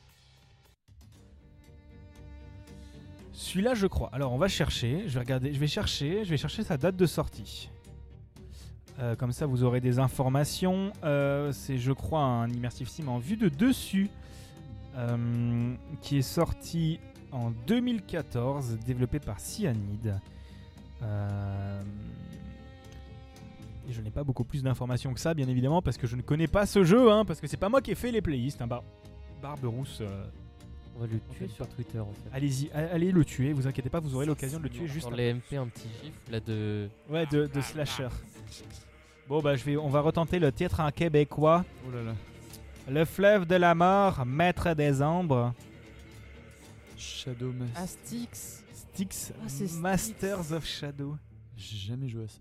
A: Celui-là, je crois. Alors, on va chercher. Je vais regarder. Je vais chercher. Je vais chercher sa date de sortie. Euh, comme ça, vous aurez des informations. Euh, c'est, je crois, un immersive sim en vue de dessus, euh, qui est sorti en 2014, développé par Cyanide. Euh, et je n'ai pas beaucoup plus d'informations que ça, bien évidemment, parce que je ne connais pas ce jeu, hein, parce que c'est pas moi qui ai fait les playlists. Hein, Bar- Barberousse, euh,
B: On va le
A: on
B: tuer
A: fait
B: sur Twitter en fait.
A: allez-y, a- allez le tuer, vous inquiétez pas, vous aurez l'occasion de le tuer juste
B: Sur les MP, un petit gif là de.
A: après. Ouais, de, de slasher. Bon, bah, je vais, on va retenter le titre en québécois.
C: Oh là là.
A: Le fleuve de la mort, maître des ombres,
C: Shadow Mass.
B: Astix
A: Styx,
B: Ah, c'est Styx.
A: Masters of Shadow.
C: J'ai jamais joué à ça.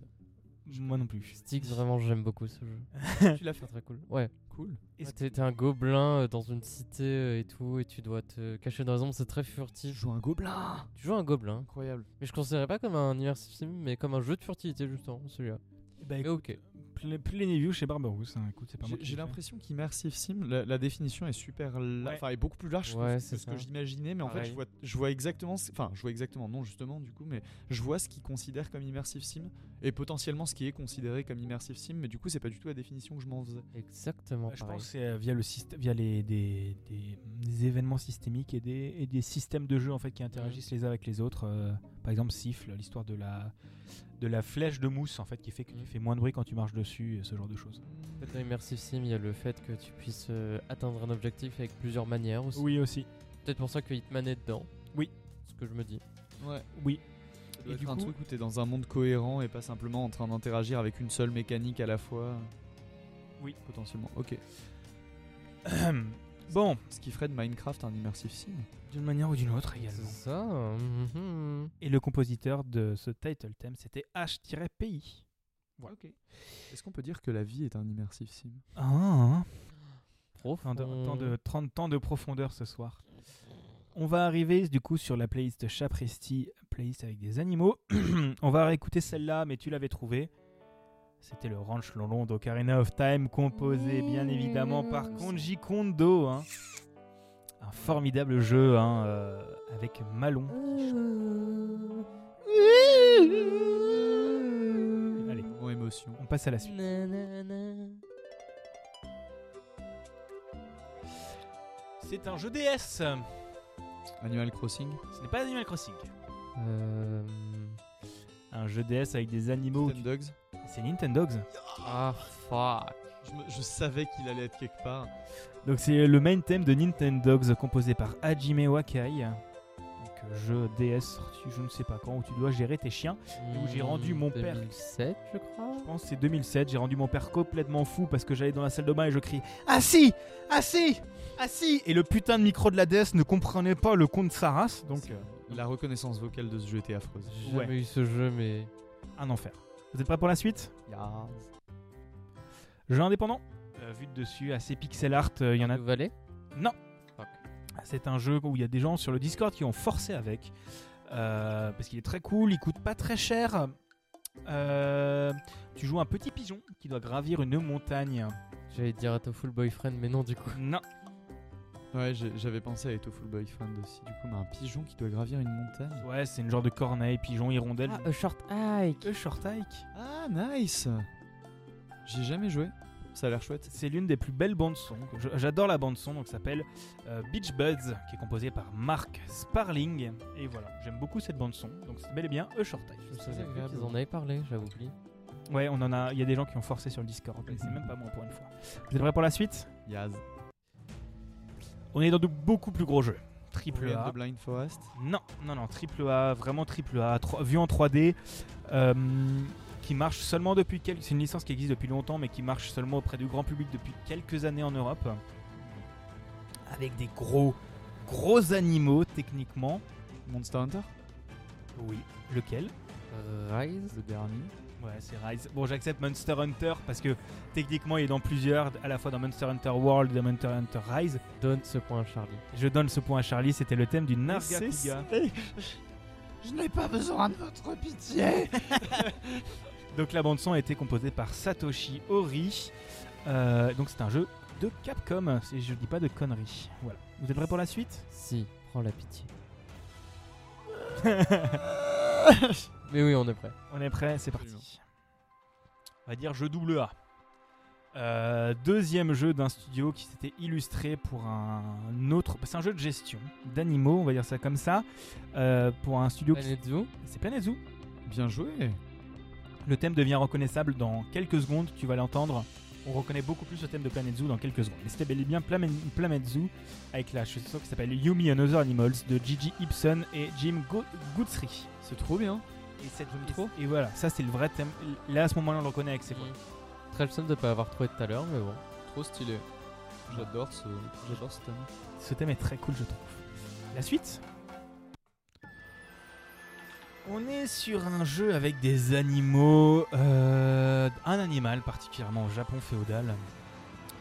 A: Moi non plus.
B: Styx, vraiment, j'aime beaucoup ce jeu.
C: tu l'as
B: C'est
C: fait
B: très cool. Ouais.
C: Cool.
A: Est-ce
B: Ouais, T'es t'es un gobelin euh, dans une cité euh, et tout, et tu dois te cacher dans les ombres, c'est très
C: Tu
B: furtif.
C: joues un gobelin.
B: Tu joues un gobelin,
C: Incroyable.
B: mais je considérais pas comme un immersive sim, mais comme un jeu de furtivité, justement, celui-là.
A: Bah,
B: Mais
A: écoute,
B: ok.
A: pl- Pléniview chez Barberousse. hein, Écoute, c'est pas moi
C: J'ai-
A: qui
C: J'ai
A: l'ai fait.
C: l'impression qu'immersive sim, la, la définition est super, la-
A: Ouais.
C: enfin est beaucoup plus large je trouve,
B: Ouais,
C: que
B: c'est
C: ce que
B: ça.
C: j'imaginais, mais en fait
B: Pareil.
C: je vois, je vois exactement, ce- enfin je vois exactement, non justement du coup, mais je vois ce qu'ils considèrent comme immersive sim et potentiellement ce qui est considéré comme immersive sim, mais du coup c'est pas du tout la définition que je m'en faisais.
B: Exactement
A: Bah, je
B: pareil.
A: pense que c'est euh, via, le syst- via les, des, des- des événements systémiques et des, et des systèmes de jeu en fait, qui interagissent les uns avec les autres. Euh, par exemple, Siffle, l'histoire de la, de la flèche de mousse en fait, qui fait que
B: Mhm.
A: tu fais moins de bruit quand tu marches dessus, et ce genre de choses.
B: En fait, dans Immersive Sim, il y a le fait que tu puisses euh, atteindre un objectif avec plusieurs manières aussi.
A: Oui, aussi.
B: Peut-être pour ça que Hitman est dedans.
A: Oui.
B: Ce que je me dis.
C: Ouais.
A: Oui.
C: Ça
A: Et
C: doit être
A: du
C: un
A: coup-
C: truc où t'es dans un monde cohérent et pas simplement en train d'interagir avec une seule mécanique à la fois.
A: Oui.
C: Potentiellement. Ok.
A: bon,
C: Ce qui ferait de Minecraft un immersive sim.
A: d'une manière ou d'une autre
B: C'est
A: également.
B: ça. mhm.
A: Et le compositeur de ce title theme, c'était H-PI. Voilà.
C: Est-ce qu'on peut dire que la vie est un immersive sim
A: Ah, Tant
B: Profond.
A: de, tant
B: Hmm.
A: de- 30 temps de profondeur ce soir. On va arriver du coup sur la playlist Chapresti, playlist avec des animaux. On va réécouter celle-là, mais tu l'avais trouvée. C'était le Ranch Lolon d'Ocarina of Time, composé bien évidemment par Konji Kondo. hein. Un formidable jeu hein, euh, avec Malon. Allez,
C: En émotion.
A: on passe à la suite.
B: Nanana.
A: C'est un jeu DS. Ce
C: Animal Crossing.
A: n'est pas Animal Crossing.
B: Euh,
A: Un jeu DS avec des animaux.
C: Ten Dogs.
A: C'est Nintendogs.
B: Ah, fuck.
C: Je, me- je savais qu'il allait être quelque part.
A: Donc c'est le main theme de Nintendogs composé par Hajime Wakai. Donc euh, jeu DS sorti je ne sais pas quand où tu dois gérer tes chiens. où j'ai rendu mon père.
B: 2007, je crois.
A: Je pense que c'est 2007, j'ai rendu mon père complètement fou parce que j'allais dans la salle de bain et je crie Ah Assis Assis Assis Ah Et le putain de micro de la DS ne comprenait pas le con de sa race, donc euh,
C: C'est- euh, La reconnaissance vocale de ce jeu était affreuse.
B: J'ai
A: Ouais.
B: jamais eu ce jeu, mais.
A: un enfer. Vous êtes prêts pour la suite Jeu indépendant Euh, Vu de dessus, assez pixel art, euh, il y en a
B: Stardew Valley
A: Non.
B: Fuck.
A: C'est un jeu où il y a des gens sur le Discord qui ont forcé avec. Euh, parce qu'il est très cool, il coûte pas très cher. Euh, tu joues un petit pigeon qui doit gravir une montagne.
B: J'allais dire à full boyfriend, mais non, du coup.
A: Non,
C: Ouais, j'ai- j'avais pensé à Etofu Boyfriend aussi. Du coup, mais un pigeon qui doit gravir une montagne.
A: ouais, c'est une genre de corneille, pigeon, hirondelle.
B: Ah, a short hike
A: Le Short Hike,
C: Ah, nice J'ai jamais joué. Ça a l'air chouette.
A: c'est l'une des plus belles bandes son. Je- J'adore la bande son, donc ça s'appelle euh, Beach Buds, qui est composée par Mark Sparling. Et voilà, j'aime beaucoup cette bande son, donc c'est bel et bien E Short
B: Je
A: Hike.
B: me souviens
C: agréable.
B: qu'ils en avaient parlé, j'avais oublié.
A: Ouais, on en a. Il y a des gens qui ont forcé sur le Discord, mais c'est même pas moi pour une fois. Mhm. Vous êtes prêts pour la suite
C: Yaz.
A: On est dans de beaucoup plus gros jeux. Triple
C: Orion
A: A.
C: de Blind Forest.
A: Non, non, non, triple A, vraiment triple A, tro- vu en 3D, euh, qui marche seulement depuis quelques... C'est une licence qui existe depuis longtemps, mais qui marche seulement auprès du grand public depuis quelques années en Europe. Avec des gros, gros animaux, techniquement.
C: Monster Hunter
A: Oui. Lequel
B: Rise
C: Le dernier.
A: Ouais, c'est Rise. Bon, j'accepte Monster Hunter, parce que techniquement, il est dans plusieurs, à la fois dans Monster Hunter World et dans Monster Hunter Rise.
B: Donne ce point à Charlie.
A: Je donne ce point à Charlie, c'était le thème du Nargacuga.
C: Je n'ai pas besoin de votre pitié
A: Donc la bande son a été composée par Satoshi Ori. Euh, donc c'est un jeu de Capcom, si je dis pas de conneries. Voilà. Vous êtes prêts pour la suite
B: Si, prends la pitié. mais oui, on est prêt.
A: On est prêts, c'est parti. On va dire jeu double A. Euh, deuxième jeu d'un studio qui s'était illustré pour un autre. C'est un jeu de gestion d'animaux, on va dire ça comme ça. euh, pour un studio qui.
B: Planet Zoo
A: C'est Planet Zoo.
C: Bien joué
A: Le thème devient reconnaissable dans quelques secondes, tu vas l'entendre. On reconnaît beaucoup plus le thème de Planet Zoo dans quelques secondes. Mais c'était bel et bien Plamen- Planet Zoo avec la chanson qui s'appelle Yumi and Other Animals de Gigi Ibsen et Jim Go- Guthrie.
C: C'est trop bien
A: Et cette Et voilà, ça c'est le vrai thème. Là à ce moment-là, on le reconnaît avec ses voix.
B: Mm. Très le seum de pas avoir trouvé tout à l'heure, mais bon.
C: Trop stylé. J'adore ce, j'adore ce thème.
A: Ce thème est très cool, je trouve. La suite On est sur un jeu avec des animaux. euh, un animal, particulièrement au Japon féodal.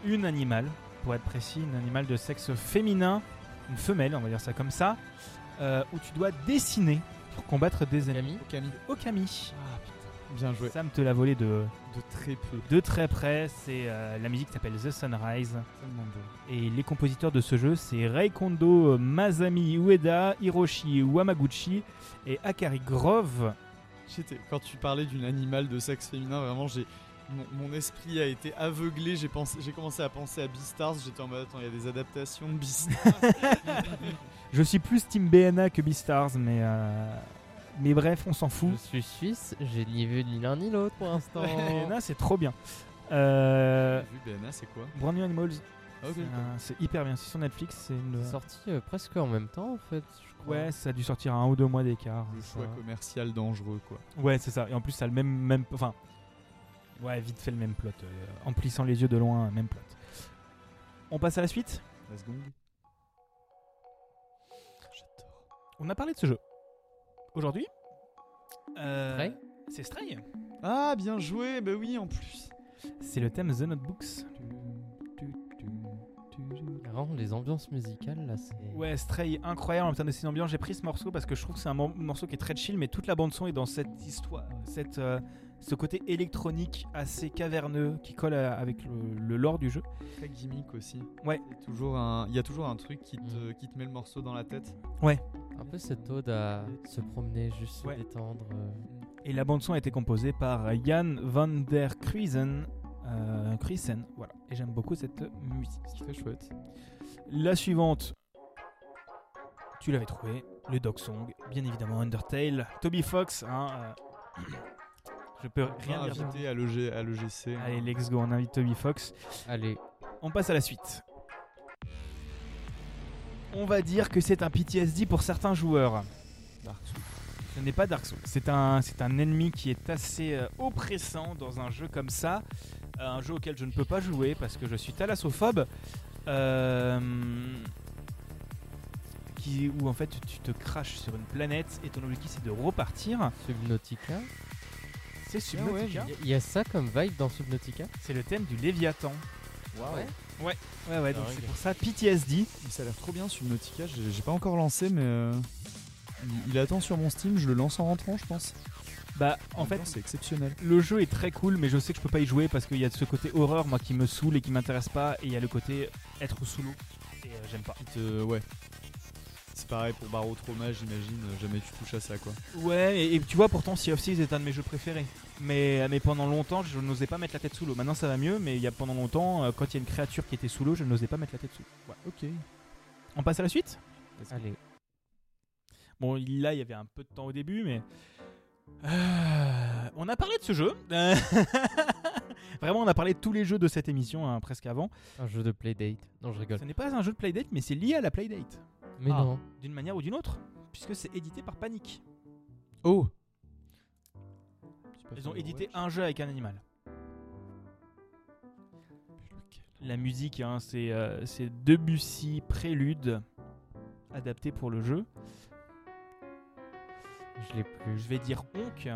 A: Une animale, pour être précis, une animale de sexe féminin, une femelle, on va dire ça comme ça, euh, où tu dois dessiner pour combattre des ennemis.
B: Camille
C: Camille.
A: Okami.
C: Ah, Bien joué.
A: Sam te l'a volé de,
C: De très peu.
A: de très près. C'est euh, la musique s'appelle The Sunrise. Et les compositeurs de ce jeu, c'est Ray Kondo, Masami Ueda, Hiroshi Wamaguchi et Akari Grove.
C: J'étais- Quand tu parlais d'une animale de sexe féminin, vraiment, j'ai mon, mon esprit a été aveuglé. J'ai pensé, j'ai commencé à penser à Beastars. J'étais en mode attends, il y a des adaptations de Beastars.
A: Je suis plus Team BNA que Beastars, mais, euh, mais bref, on s'en fout.
B: Je suis suisse, j'ai ni vu ni l'un ni l'autre pour l'instant.
A: BNA, c'est trop bien. Euh,
C: Vu BNA, c'est quoi
A: Brand New Animals,
C: Ah, ok.
A: c'est un- c'est hyper bien. C'est sur Netflix, c'est une.
B: C'est sorti euh, presque en même temps en fait, je crois.
A: Ouais, ça a dû sortir à un ou deux mois d'écart.
C: Le
A: ça.
C: choix commercial dangereux, quoi.
A: Ouais, c'est ça. Et en plus, ça a le même, même, enfin, ouais, vite fait le même plot. euh, en plissant les yeux de loin, même plot. On passe à la suite.
C: La seconde. J'adore.
A: On a parlé de ce jeu. Aujourd'hui euh,
B: Stray
A: C'est Stray.
C: Ah, bien joué. Bah oui, en plus.
A: C'est le thème The Notebooks.
B: Vraiment, les ambiances musicales là, c'est.
A: Ouais, Stray, incroyable en termes de scène ambiance. J'ai pris ce morceau parce que je trouve que c'est un mor- morceau qui est très chill, mais toute la bande-son est dans cette histoire, cette, euh, ce côté électronique assez caverneux qui colle à- avec le, le lore du jeu.
C: Très gimmick aussi.
A: Ouais. Mm.
C: C'est Toujours un, il y a toujours un truc qui te, qui te met le morceau dans la tête.
B: Un peu cette ode à se promener, juste
A: Ouais.
B: se détendre. euh.
A: Et la bande-son a été composée par Jan van der Kruisen. euh, Kruisen, voilà. Et j'aime beaucoup cette musique.
C: Très chouette.
A: La suivante, tu l'avais trouvé, le Dog Song, bien évidemment Undertale, Toby Fox, hein, euh, Je peux
C: Rien
A: rien dire.
C: invité à l'EG, à l'EGC.
A: Allez, let's go, on invite Toby Fox.
B: Allez.
A: On passe à la suite. On va dire que c'est un PTSD pour certains joueurs.
C: Dark Souls.
A: Ce n'est pas Dark Souls. C'est un, c'est un ennemi qui est assez euh, oppressant dans un jeu comme ça. Euh, un jeu auquel je ne peux pas jouer parce que je suis thalassophobe. Euh, qui, où en fait tu te craches sur une planète et ton objectif c'est de repartir.
B: Subnautica.
A: C'est
C: Ah ouais,
A: Subnautica.
B: Il y a ça comme vibe dans Subnautica
A: c'est le thème du Léviathan.
B: Ouais.
A: Ouais, ouais, donc
C: Dingue.
A: c'est pour ça PTSD.
C: Mais ça a l'air trop bien Subnautica, j'ai j'ai pas encore lancé mais euh, il, il attend sur mon Steam, je le lance en rentrant je pense.
A: Bah, en fait,
C: même temps, c'est exceptionnel.
A: Le jeu est très cool, mais je sais que je peux pas y jouer parce qu'il y a ce côté horreur, moi, qui me saoule et qui m'intéresse pas, et il y a le côté être sous l'eau, et euh, j'aime pas.
C: Qui te- ouais. C'est pareil pour Barreau Trauma, j'imagine, euh, jamais tu touches à ça quoi.
A: Ouais, et, et tu vois, pourtant, Sea of Thieves est un de mes jeux préférés. Mais, euh, mais pendant longtemps, je n'osais pas mettre la tête sous l'eau. Maintenant, ça va mieux, mais il y a pendant longtemps, euh, quand il y a une créature qui était sous l'eau, je n'osais pas mettre la tête sous. l'eau. Voilà.
C: Ok.
A: On passe à la suite
B: Allez.
A: Bon, il- là, il y avait un peu de temps au début, mais. Euh, on a parlé de ce jeu. Euh, Vraiment, on a parlé de tous les jeux de cette émission, hein, presque avant.
B: Un jeu de playdate. Non, je rigole.
A: Ce n'est pas un jeu de Playdate, mais c'est lié à la Playdate.
B: Mais
A: Ah.
B: non.
A: d'une manière ou d'une autre, puisque c'est édité par Panic.
C: Oh
A: Ils ont édité un jeu avec un animal. La musique, hein, c'est euh, c'est Debussy Prélude, adapté pour le jeu.
B: Je l'ai plus.
A: Je vais dire Honk.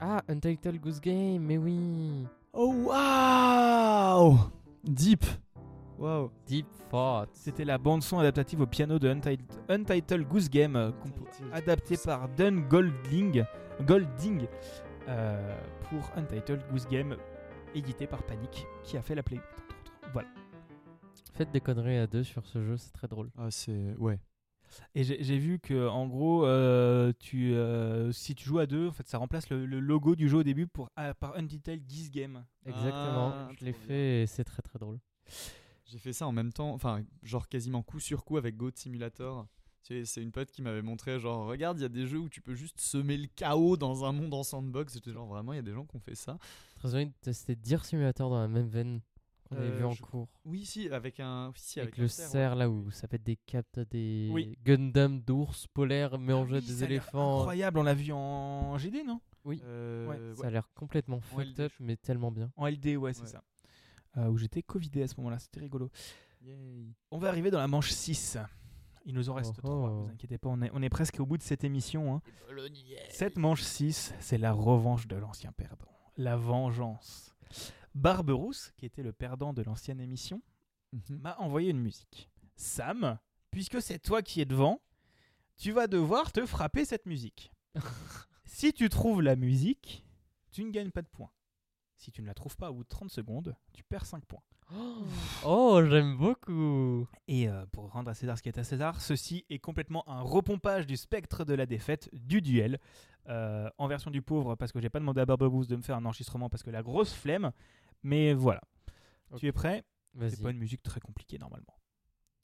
B: Ah, Untitled Goose Game, mais oui.
C: Oh waouh Deep Waouh
B: Deep Thought.
A: C'était la bande-son adaptative au piano de Untitled, Untitled Goose Game, euh, compo- adapté par Dan Golding, Golding euh, pour Untitled Goose Game, édité par Panic, qui a fait la play. Voilà.
B: Faites des conneries à deux sur ce jeu, c'est très drôle.
C: Ah c'est ouais.
A: Et j'ai j'ai vu que en gros, euh, tu, euh, si tu joues à deux, en fait, ça remplace le, le logo du jeu au début pour, ah, par Untitled Geese Game.
B: Exactement.
C: Ah,
B: je l'ai
C: trop bien.
B: fait et c'est très très drôle.
C: J'ai fait ça en même temps, enfin genre quasiment coup sur coup avec Goat Simulator. C'est c'est une pote qui m'avait montré genre regarde il y a des jeux où tu peux juste semer le chaos dans un monde en sandbox. J'étais genre vraiment il y a des gens qui ont fait ça.
B: Très envie de tester Deer Simulator dans la même veine qu'on avait vu
C: Euh,
B: en
C: je-
B: cours.
C: Oui si avec un si,
B: Avec,
C: avec un
B: le
C: cerf, ouais.
B: cerf là où ça pète des captes à des
A: Oui. Ah
B: Gundam d'ours polaires mélangés
A: oui,
B: à des
A: ça a l'air
B: éléphants.
A: Incroyable, on l'a vu en GD, non
C: Euh,
A: Ouais,
C: ouais.
B: Ça a l'air complètement fucked
C: LD,
B: up, mais tellement bien.
A: En LD, ouais, c'est
C: Ouais.
A: ça. Euh, où j'étais Covidé à ce moment-là, c'était rigolo.
C: Yay.
A: On va arriver dans la manche 6. Il nous en reste
B: Oh,
A: trois,
B: oh.
A: vous inquiétez pas, on est, on est presque au bout de cette émission. hein.
B: euh,
A: Cette manche 6, c'est la revanche de l'ancien perdant. La vengeance. Barberousse, qui était le perdant de l'ancienne émission,
C: Mhm.
A: m'a envoyé une musique. Sam, puisque c'est toi qui es devant, tu vas devoir te frapper cette musique. si tu trouves la musique, tu ne gagnes pas de points. Si tu ne la trouves pas au bout de 30 secondes, tu perds 5 points.
B: Oh, j'aime beaucoup.
A: Et euh, pour rendre à César ce qui est à César, ceci est complètement un repompage du spectre de la défaite, du duel. Euh, en version du pauvre, parce que j'ai pas demandé à Barberousse de me faire un enregistrement parce que la grosse flemme. Mais voilà.
B: Ok.
A: Tu es prêt C'est pas
B: Vas-y.
A: une musique très compliquée normalement.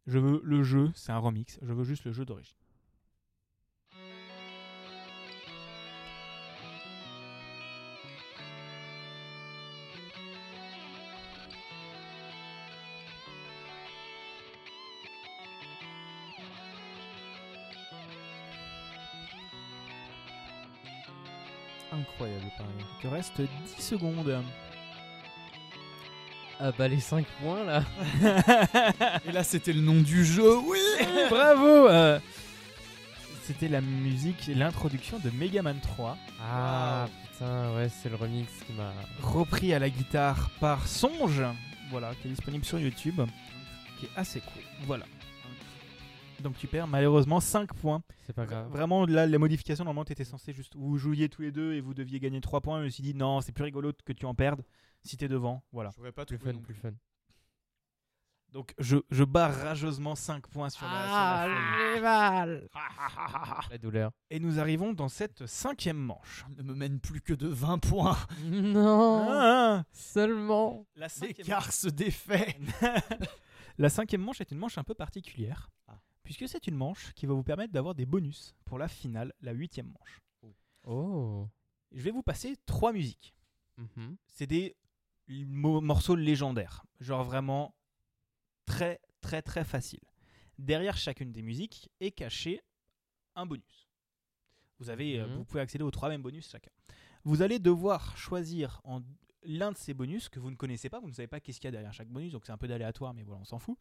A: Je veux le jeu, c'est un remix, je veux juste le jeu d'origine.
C: Incroyable pareil.
A: Il te reste 10 secondes.
B: Ah bah les 5 points là.
C: Et là c'était le nom du jeu. Oui.
A: Bravo euh, C'était la musique, l'introduction de Mega Man 3,
B: Ah putain, ouais, c'est le remix qui m'a.
A: repris à la guitare par Songe, voilà, qui est disponible sur YouTube, qui est assez cool. Voilà. Donc tu perds malheureusement 5 points.
B: C'est pas grave.
A: Vraiment, là, les modifications, normalement, tu étais censé juste. Vous jouiez tous les deux et vous deviez gagner 3 points. Je me suis dit, non, c'est plus rigolo que tu en perdes si t'es devant. Voilà.
C: J'aurais pas
B: Plus
C: trouvé
B: fun,
C: non
B: plus
C: plus.
B: fun.
A: Donc, je, je barre rageusement 5 points sur la, sur
B: Ah,
A: Ah, la feuille.
B: La douleur.
A: Et nous arrivons dans cette cinquième manche.
C: Ne me mène plus que de 20 points.
B: non,
A: Ah,
B: seulement.
A: la, cinquième
C: L'écart se défait.
A: manche. la cinquième manche est une manche un peu particulière.
C: Ah.
A: Puisque c'est une manche qui va vous permettre d'avoir des bonus pour la finale, la huitième manche.
B: Oh.
A: Je vais vous passer trois musiques.
B: Mm-hmm.
A: C'est des mo- morceaux légendaires. Genre vraiment très, très, très facile. Derrière chacune des musiques est caché un bonus. Vous, avez, euh,
B: Mhm.
A: vous pouvez accéder aux trois mêmes bonus chacun. Vous allez devoir choisir en l'un de ces bonus que vous ne connaissez pas, vous ne savez pas qu'est-ce qu'il y a derrière chaque bonus, donc c'est un peu d'aléatoire, mais voilà, on s'en fout.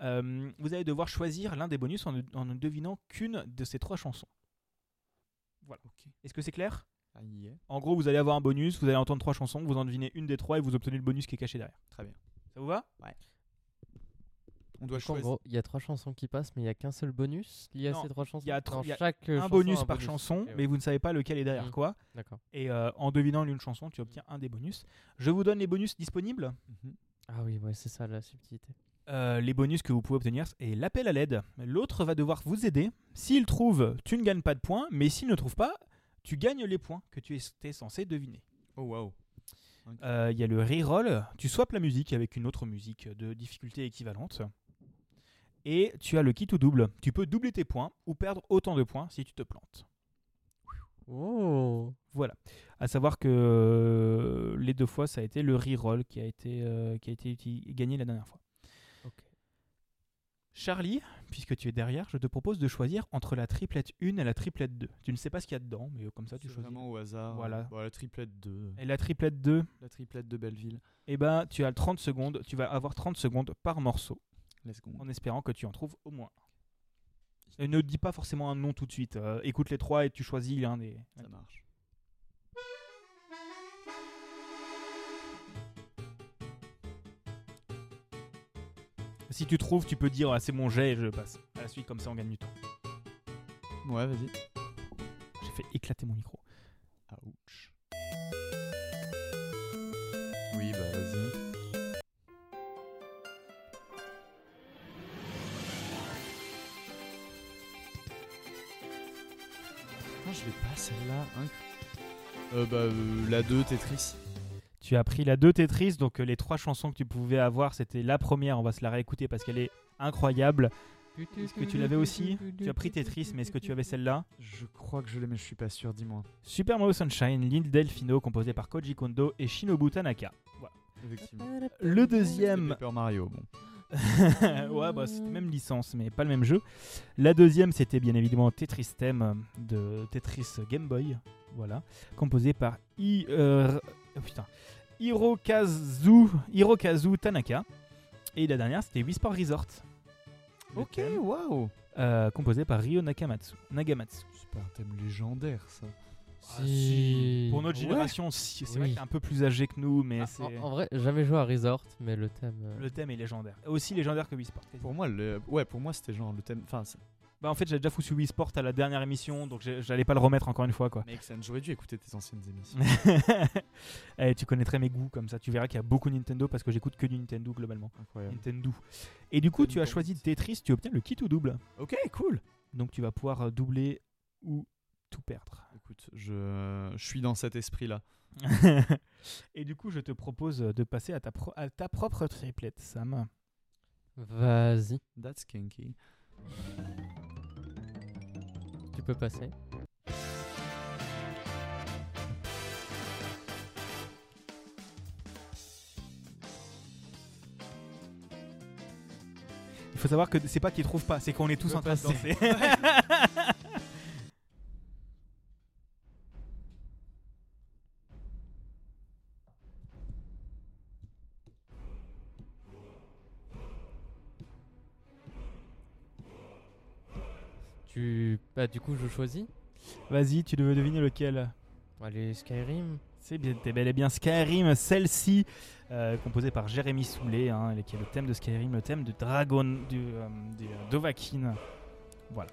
A: Euh, vous allez devoir choisir l'un des bonus en ne, en ne devinant qu'une de ces trois chansons. Voilà. Est-ce que c'est clair
C: Ah, y est.
A: En gros, vous allez avoir un bonus, vous allez entendre trois chansons, vous en devinez une des trois et vous obtenez le bonus qui est caché derrière.
C: Très bien.
A: Ça vous va
C: On doit
B: En
C: choisir.
B: gros, il y a trois chansons qui passent, mais il y a qu'un seul bonus lié à
A: Non,
B: ces trois chansons.
A: a
B: Dans
A: tro- il y a
B: chaque euh,
A: Un
B: chanson,
A: bonus par
B: bonus.
A: chanson,
B: Ok, ouais.
A: mais vous ne savez pas lequel est derrière
B: Mhm.
A: quoi.
B: D'accord.
A: Et euh, en devinant l'une chanson, tu obtiens un des bonus. Je vous donne les bonus disponibles.
C: Mhm.
B: Ah oui, ouais, c'est ça la subtilité.
A: Euh, les bonus que vous pouvez obtenir et l'appel à l'aide. L'autre va devoir vous aider. S'il trouve, tu ne gagnes pas de points, mais s'il ne trouve pas, tu gagnes les points que tu étais censé deviner.
C: Oh waouh.
A: Euh, Il y a le reroll, tu swaps la musique avec une autre musique de difficulté équivalente. Et tu as le kit ou double. Tu peux doubler tes points ou perdre autant de points si tu te plantes.
B: Oh
A: Voilà. À savoir que euh, les deux fois, ça a été le reroll qui a été, euh, qui a été uti- gagné la dernière fois.
B: Ok.
A: Charlie, puisque tu es derrière, je te propose de choisir entre la triplette 1 et la triplette 2. Tu ne sais pas ce qu'il y a dedans, mais euh, comme ça,
C: C'est
A: tu choisis.
C: vraiment au hasard.
A: Voilà.
C: Bon, la triplette de
A: Et la triplette 2,
C: la triplette de Belleville.
A: eh ben, tu as 30 secondes. Tu vas avoir 30 secondes par morceau,
C: Let's go.
A: en espérant que tu en trouves au moins. un. Et ne dis pas forcément un nom tout de suite. euh, écoute les trois et tu choisis l'un des.
C: Ça marche.
A: Si tu trouves, tu peux dire ah, c'est mon jet et je passe. À la suite, comme ça, on gagne du temps.
C: Ouais, vas-y.
A: J'ai fait éclater mon micro.
C: Ouch. Oui, bah vas-y. Non, je l'ai pas celle-là. hein. Inc- Euh, bah, euh, la 2 Tetris.
A: Tu as pris la 2 Tetris, donc euh, les trois chansons que tu pouvais avoir, c'était la première, on va se la réécouter parce qu'elle est incroyable. Est-ce que tu l'avais aussi Tu as pris Tetris, mais est-ce que tu avais celle-là
C: Je crois que je l'ai, mais je suis pas sûr, dis-moi.
A: Super Mario Sunshine, l'île Delfino, composée par Koji Kondo et Shinobu Tanaka.
C: Effectivement.
A: Le
C: Et
A: deuxième,
C: Paper Mario, bon.
A: ouais, bah, c'était même licence, mais pas le même jeu. La deuxième, c'était bien évidemment Tetris Theme euh, de Tetris Game Boy, voilà, composé par I, euh, oh, putain, Hirokazu, Hirokazu Tanaka. Et la dernière, c'était Wii Sport Resort. Le
C: Ok,
A: thème,
C: waouh.
A: euh, composé par Ryo Nakamatsu, Nagamatsu.
C: C'est pas un thème légendaire, ça.
B: Si.
A: Ah, Pour notre
C: Ouais.
A: génération, si, c'est vrai
B: Oui.
A: qu'il est un peu plus âgé que nous, mais
B: Ah,
A: c'est...
B: en, en vrai, jamais joué à Resort, mais le thème. euh,
A: Le thème est légendaire. Aussi légendaire que Wii Sport.
C: Pour moi, le... ouais, pour moi, c'était genre le thème. Enfin, c'est-
A: Bah, en fait, j'avais déjà foutu Wii Sport à la dernière émission, donc j'ai- j'allais pas le remettre encore une fois. quoi.
C: Mec, ça ne- j'aurais dû écouter tes anciennes émissions.
A: Eh, tu connaîtrais mes goûts comme ça. Tu verras qu'il y a beaucoup Nintendo parce que j'écoute que du Nintendo globalement.
C: Incroyable.
A: Nintendo. Et du coup, tu as
C: Nintendo.
A: choisi Tetris, tu obtiens le kit ou double.
C: Ok, cool.
A: Donc tu vas pouvoir euh, doubler ou tout perdre.
C: Écoute, je, je suis dans cet esprit-là.
A: Et du coup, je te propose de passer à ta, pro- à ta propre triplette, Sam.
B: Vas-y,
C: That's kinky.
B: tu peux passer.
A: Il faut savoir que c'est pas qu'ils trouvent pas, c'est qu'on est tous
C: peux
A: en train de
C: passer.
A: danser.
B: Tu. Bah, du coup, je choisis.
A: Vas-y, tu devais deviner lequel
B: Allez, Skyrim.
A: C'est bien, t'es bel et bien Skyrim, celle-ci, euh, composée par Jérémy Soulet, hein, qui est le thème de Skyrim, le thème de Dragon, du, euh, du, euh, d'Ovakin. Voilà.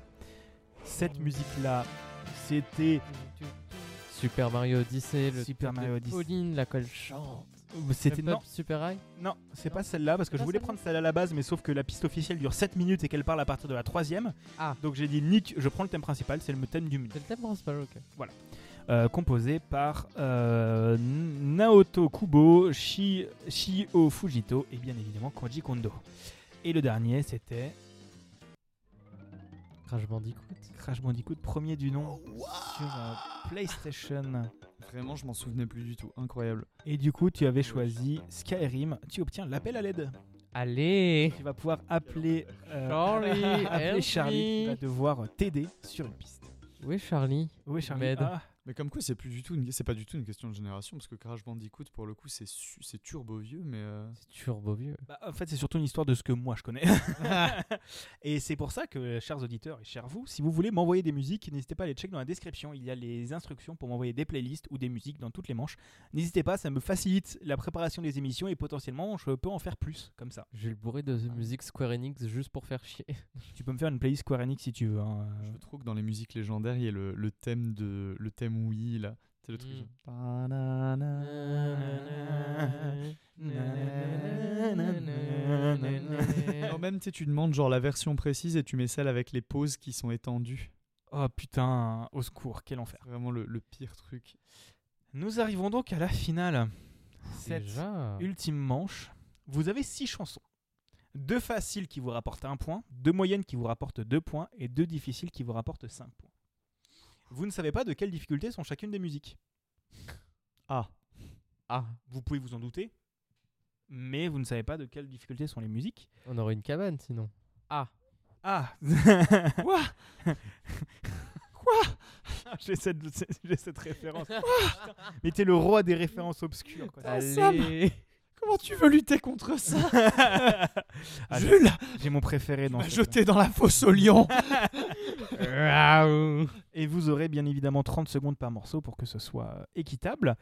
A: Cette musique-là, c'était.
B: Super Mario Odyssey, le
A: Super
B: thème
A: Mario
B: de
A: Odyssey.
B: Pauline, la colle chante.
A: c'était
B: Pep
A: non,
B: Up Super High.
A: non, c'est
B: Non.
A: pas celle-là, parce que
B: C'est
A: je
B: pas
A: voulais
B: celle-là
A: prendre celle à la base, mais sauf que la piste officielle dure 7 minutes et qu'elle parle à partir de la troisième.
B: Ah.
A: Donc j'ai dit, Nick, je prends le thème principal, c'est le thème du milieu.
B: C'est le thème principal, ok.
A: euh, composé par euh, Naoto Kubo, Shi- Shio Fujito et bien évidemment Koji Kondo. Et le dernier, c'était
B: Crash Bandicoot.
A: Crash Bandicoot, premier du nom sur euh, PlayStation
C: Vraiment, je m'en souvenais plus du tout. Incroyable.
A: Et du coup, tu avais choisi Skyrim. Tu obtiens l'appel à l'aide.
B: Allez
A: Tu vas pouvoir appeler, euh,
B: Charlie,
A: appeler
B: help
A: Charlie qui
B: me.
A: va devoir t'aider sur une piste.
B: Où est Charlie
A: Oui, Charlie.
B: M'aide.
A: Ah,
C: Mais comme quoi, c'est plus du tout, une- c'est pas du tout une question de génération, parce que Crash Bandicoot, pour le coup, c'est su- c'est turbo vieux, mais euh,
B: C'est turbo vieux.
A: bah, en fait, c'est surtout une histoire de ce que moi je connais. et c'est pour ça que, chers auditeurs et chers vous, si vous voulez m'envoyer des musiques, n'hésitez pas à les checker dans la description. Il y a les instructions pour m'envoyer des playlists ou des musiques dans toutes les manches. N'hésitez pas, ça me facilite la préparation des émissions et potentiellement, je peux en faire plus comme ça.
B: Je vais le bourrer de musique Square Enix juste pour faire chier.
A: Tu peux me faire une playlist Square Enix si tu veux. hein.
C: je trouve que dans les musiques légendaires, il y a le, le thème de le thème Wii là. C'est le truc.
B: Mm.
C: genre, Ta-na-na. Non, même tu sais, tu demandes genre la version précise et tu mets celle avec les pauses qui sont étendues.
A: Oh putain, au secours, quel enfer.
C: C'est vraiment le, le pire truc.
A: Nous arrivons donc à la finale. Cette
B: Déjà
A: ultime manche, vous avez six chansons. Deux faciles qui vous rapportent un point, deux moyennes qui vous rapportent deux points et deux difficiles qui vous rapportent cinq points. Vous ne savez pas de quelle difficulté sont chacune des musiques.
C: Ah,
B: Ah,
A: Vous pouvez vous en douter, mais vous ne savez pas de quelle difficulté sont les musiques.
B: on aurait une cabane sinon. Ah,
A: Ah Quoi Quoi J'ai cette, j'ai cette référence. Putain, mais t'es le roi des références obscures. Quoi.
B: allez
C: comment tu veux lutter contre ça,
A: Ah,
C: Jules
A: J'ai mon préféré
B: Bah,
A: dans
C: M'a
A: cette-
C: jeté dans la fosse au lion.
B: Waouh
A: Et vous aurez bien évidemment 30 secondes par morceau pour que ce soit euh, équitable.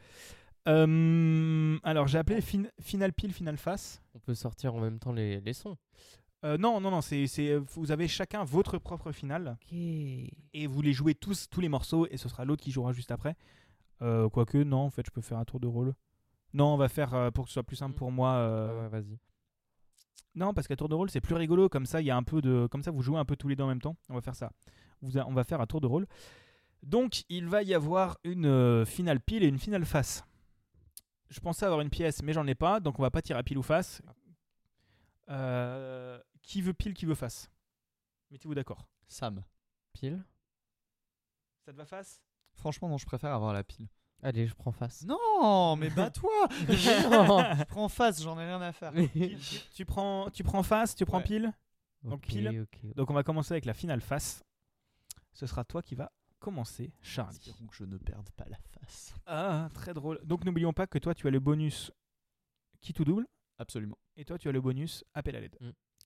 A: Euh, alors j'ai appelé fin- final pile, final face.
B: On peut sortir en même temps les, les sons.
A: Euh, non, non, non, c'est, c'est- vous avez chacun votre propre finale
B: Euh,
A: et vous les jouez tous, tous les morceaux et ce sera l'autre qui jouera juste après. Euh, quoique, non, en fait, je peux faire un tour de rôle. Non, on va faire euh, pour que ce soit plus simple pour moi.
B: Ah
A: euh,
B: ouais, vas-y.
A: Non, parce qu'à tour de rôle, c'est plus rigolo. Comme ça, il y a un peu de, comme ça, vous jouez un peu tous les deux en même temps. On va faire ça. Vous a- On va faire un tour de rôle. Donc, il va y avoir une euh, finale pile et une finale face. Je pensais avoir une pièce, mais j'en ai pas, donc on va pas tirer à pile ou face. Euh, qui veut pile, qui veut face Mettez-vous d'accord.
C: Sam.
B: Pile.
A: Ça te va face
C: Franchement, non, je préfère avoir la pile.
B: Allez, je prends face.
C: Non, mais bats-toi Je prends face, j'en ai rien à faire.
B: ok,
A: Tu prends, tu prends face, tu prends
C: Ouais.
A: pile. Donc,
B: ok.
A: pile.
B: ok.
A: Donc on va commencer avec la finale face. Ce sera toi qui va commencer, Charlie.
C: Espérons que je ne perde pas la face.
A: Ah, très drôle. Donc n'oublions pas que toi, tu as le bonus qui tout double,
C: Absolument.
A: et toi, tu as le bonus appel à l'aide.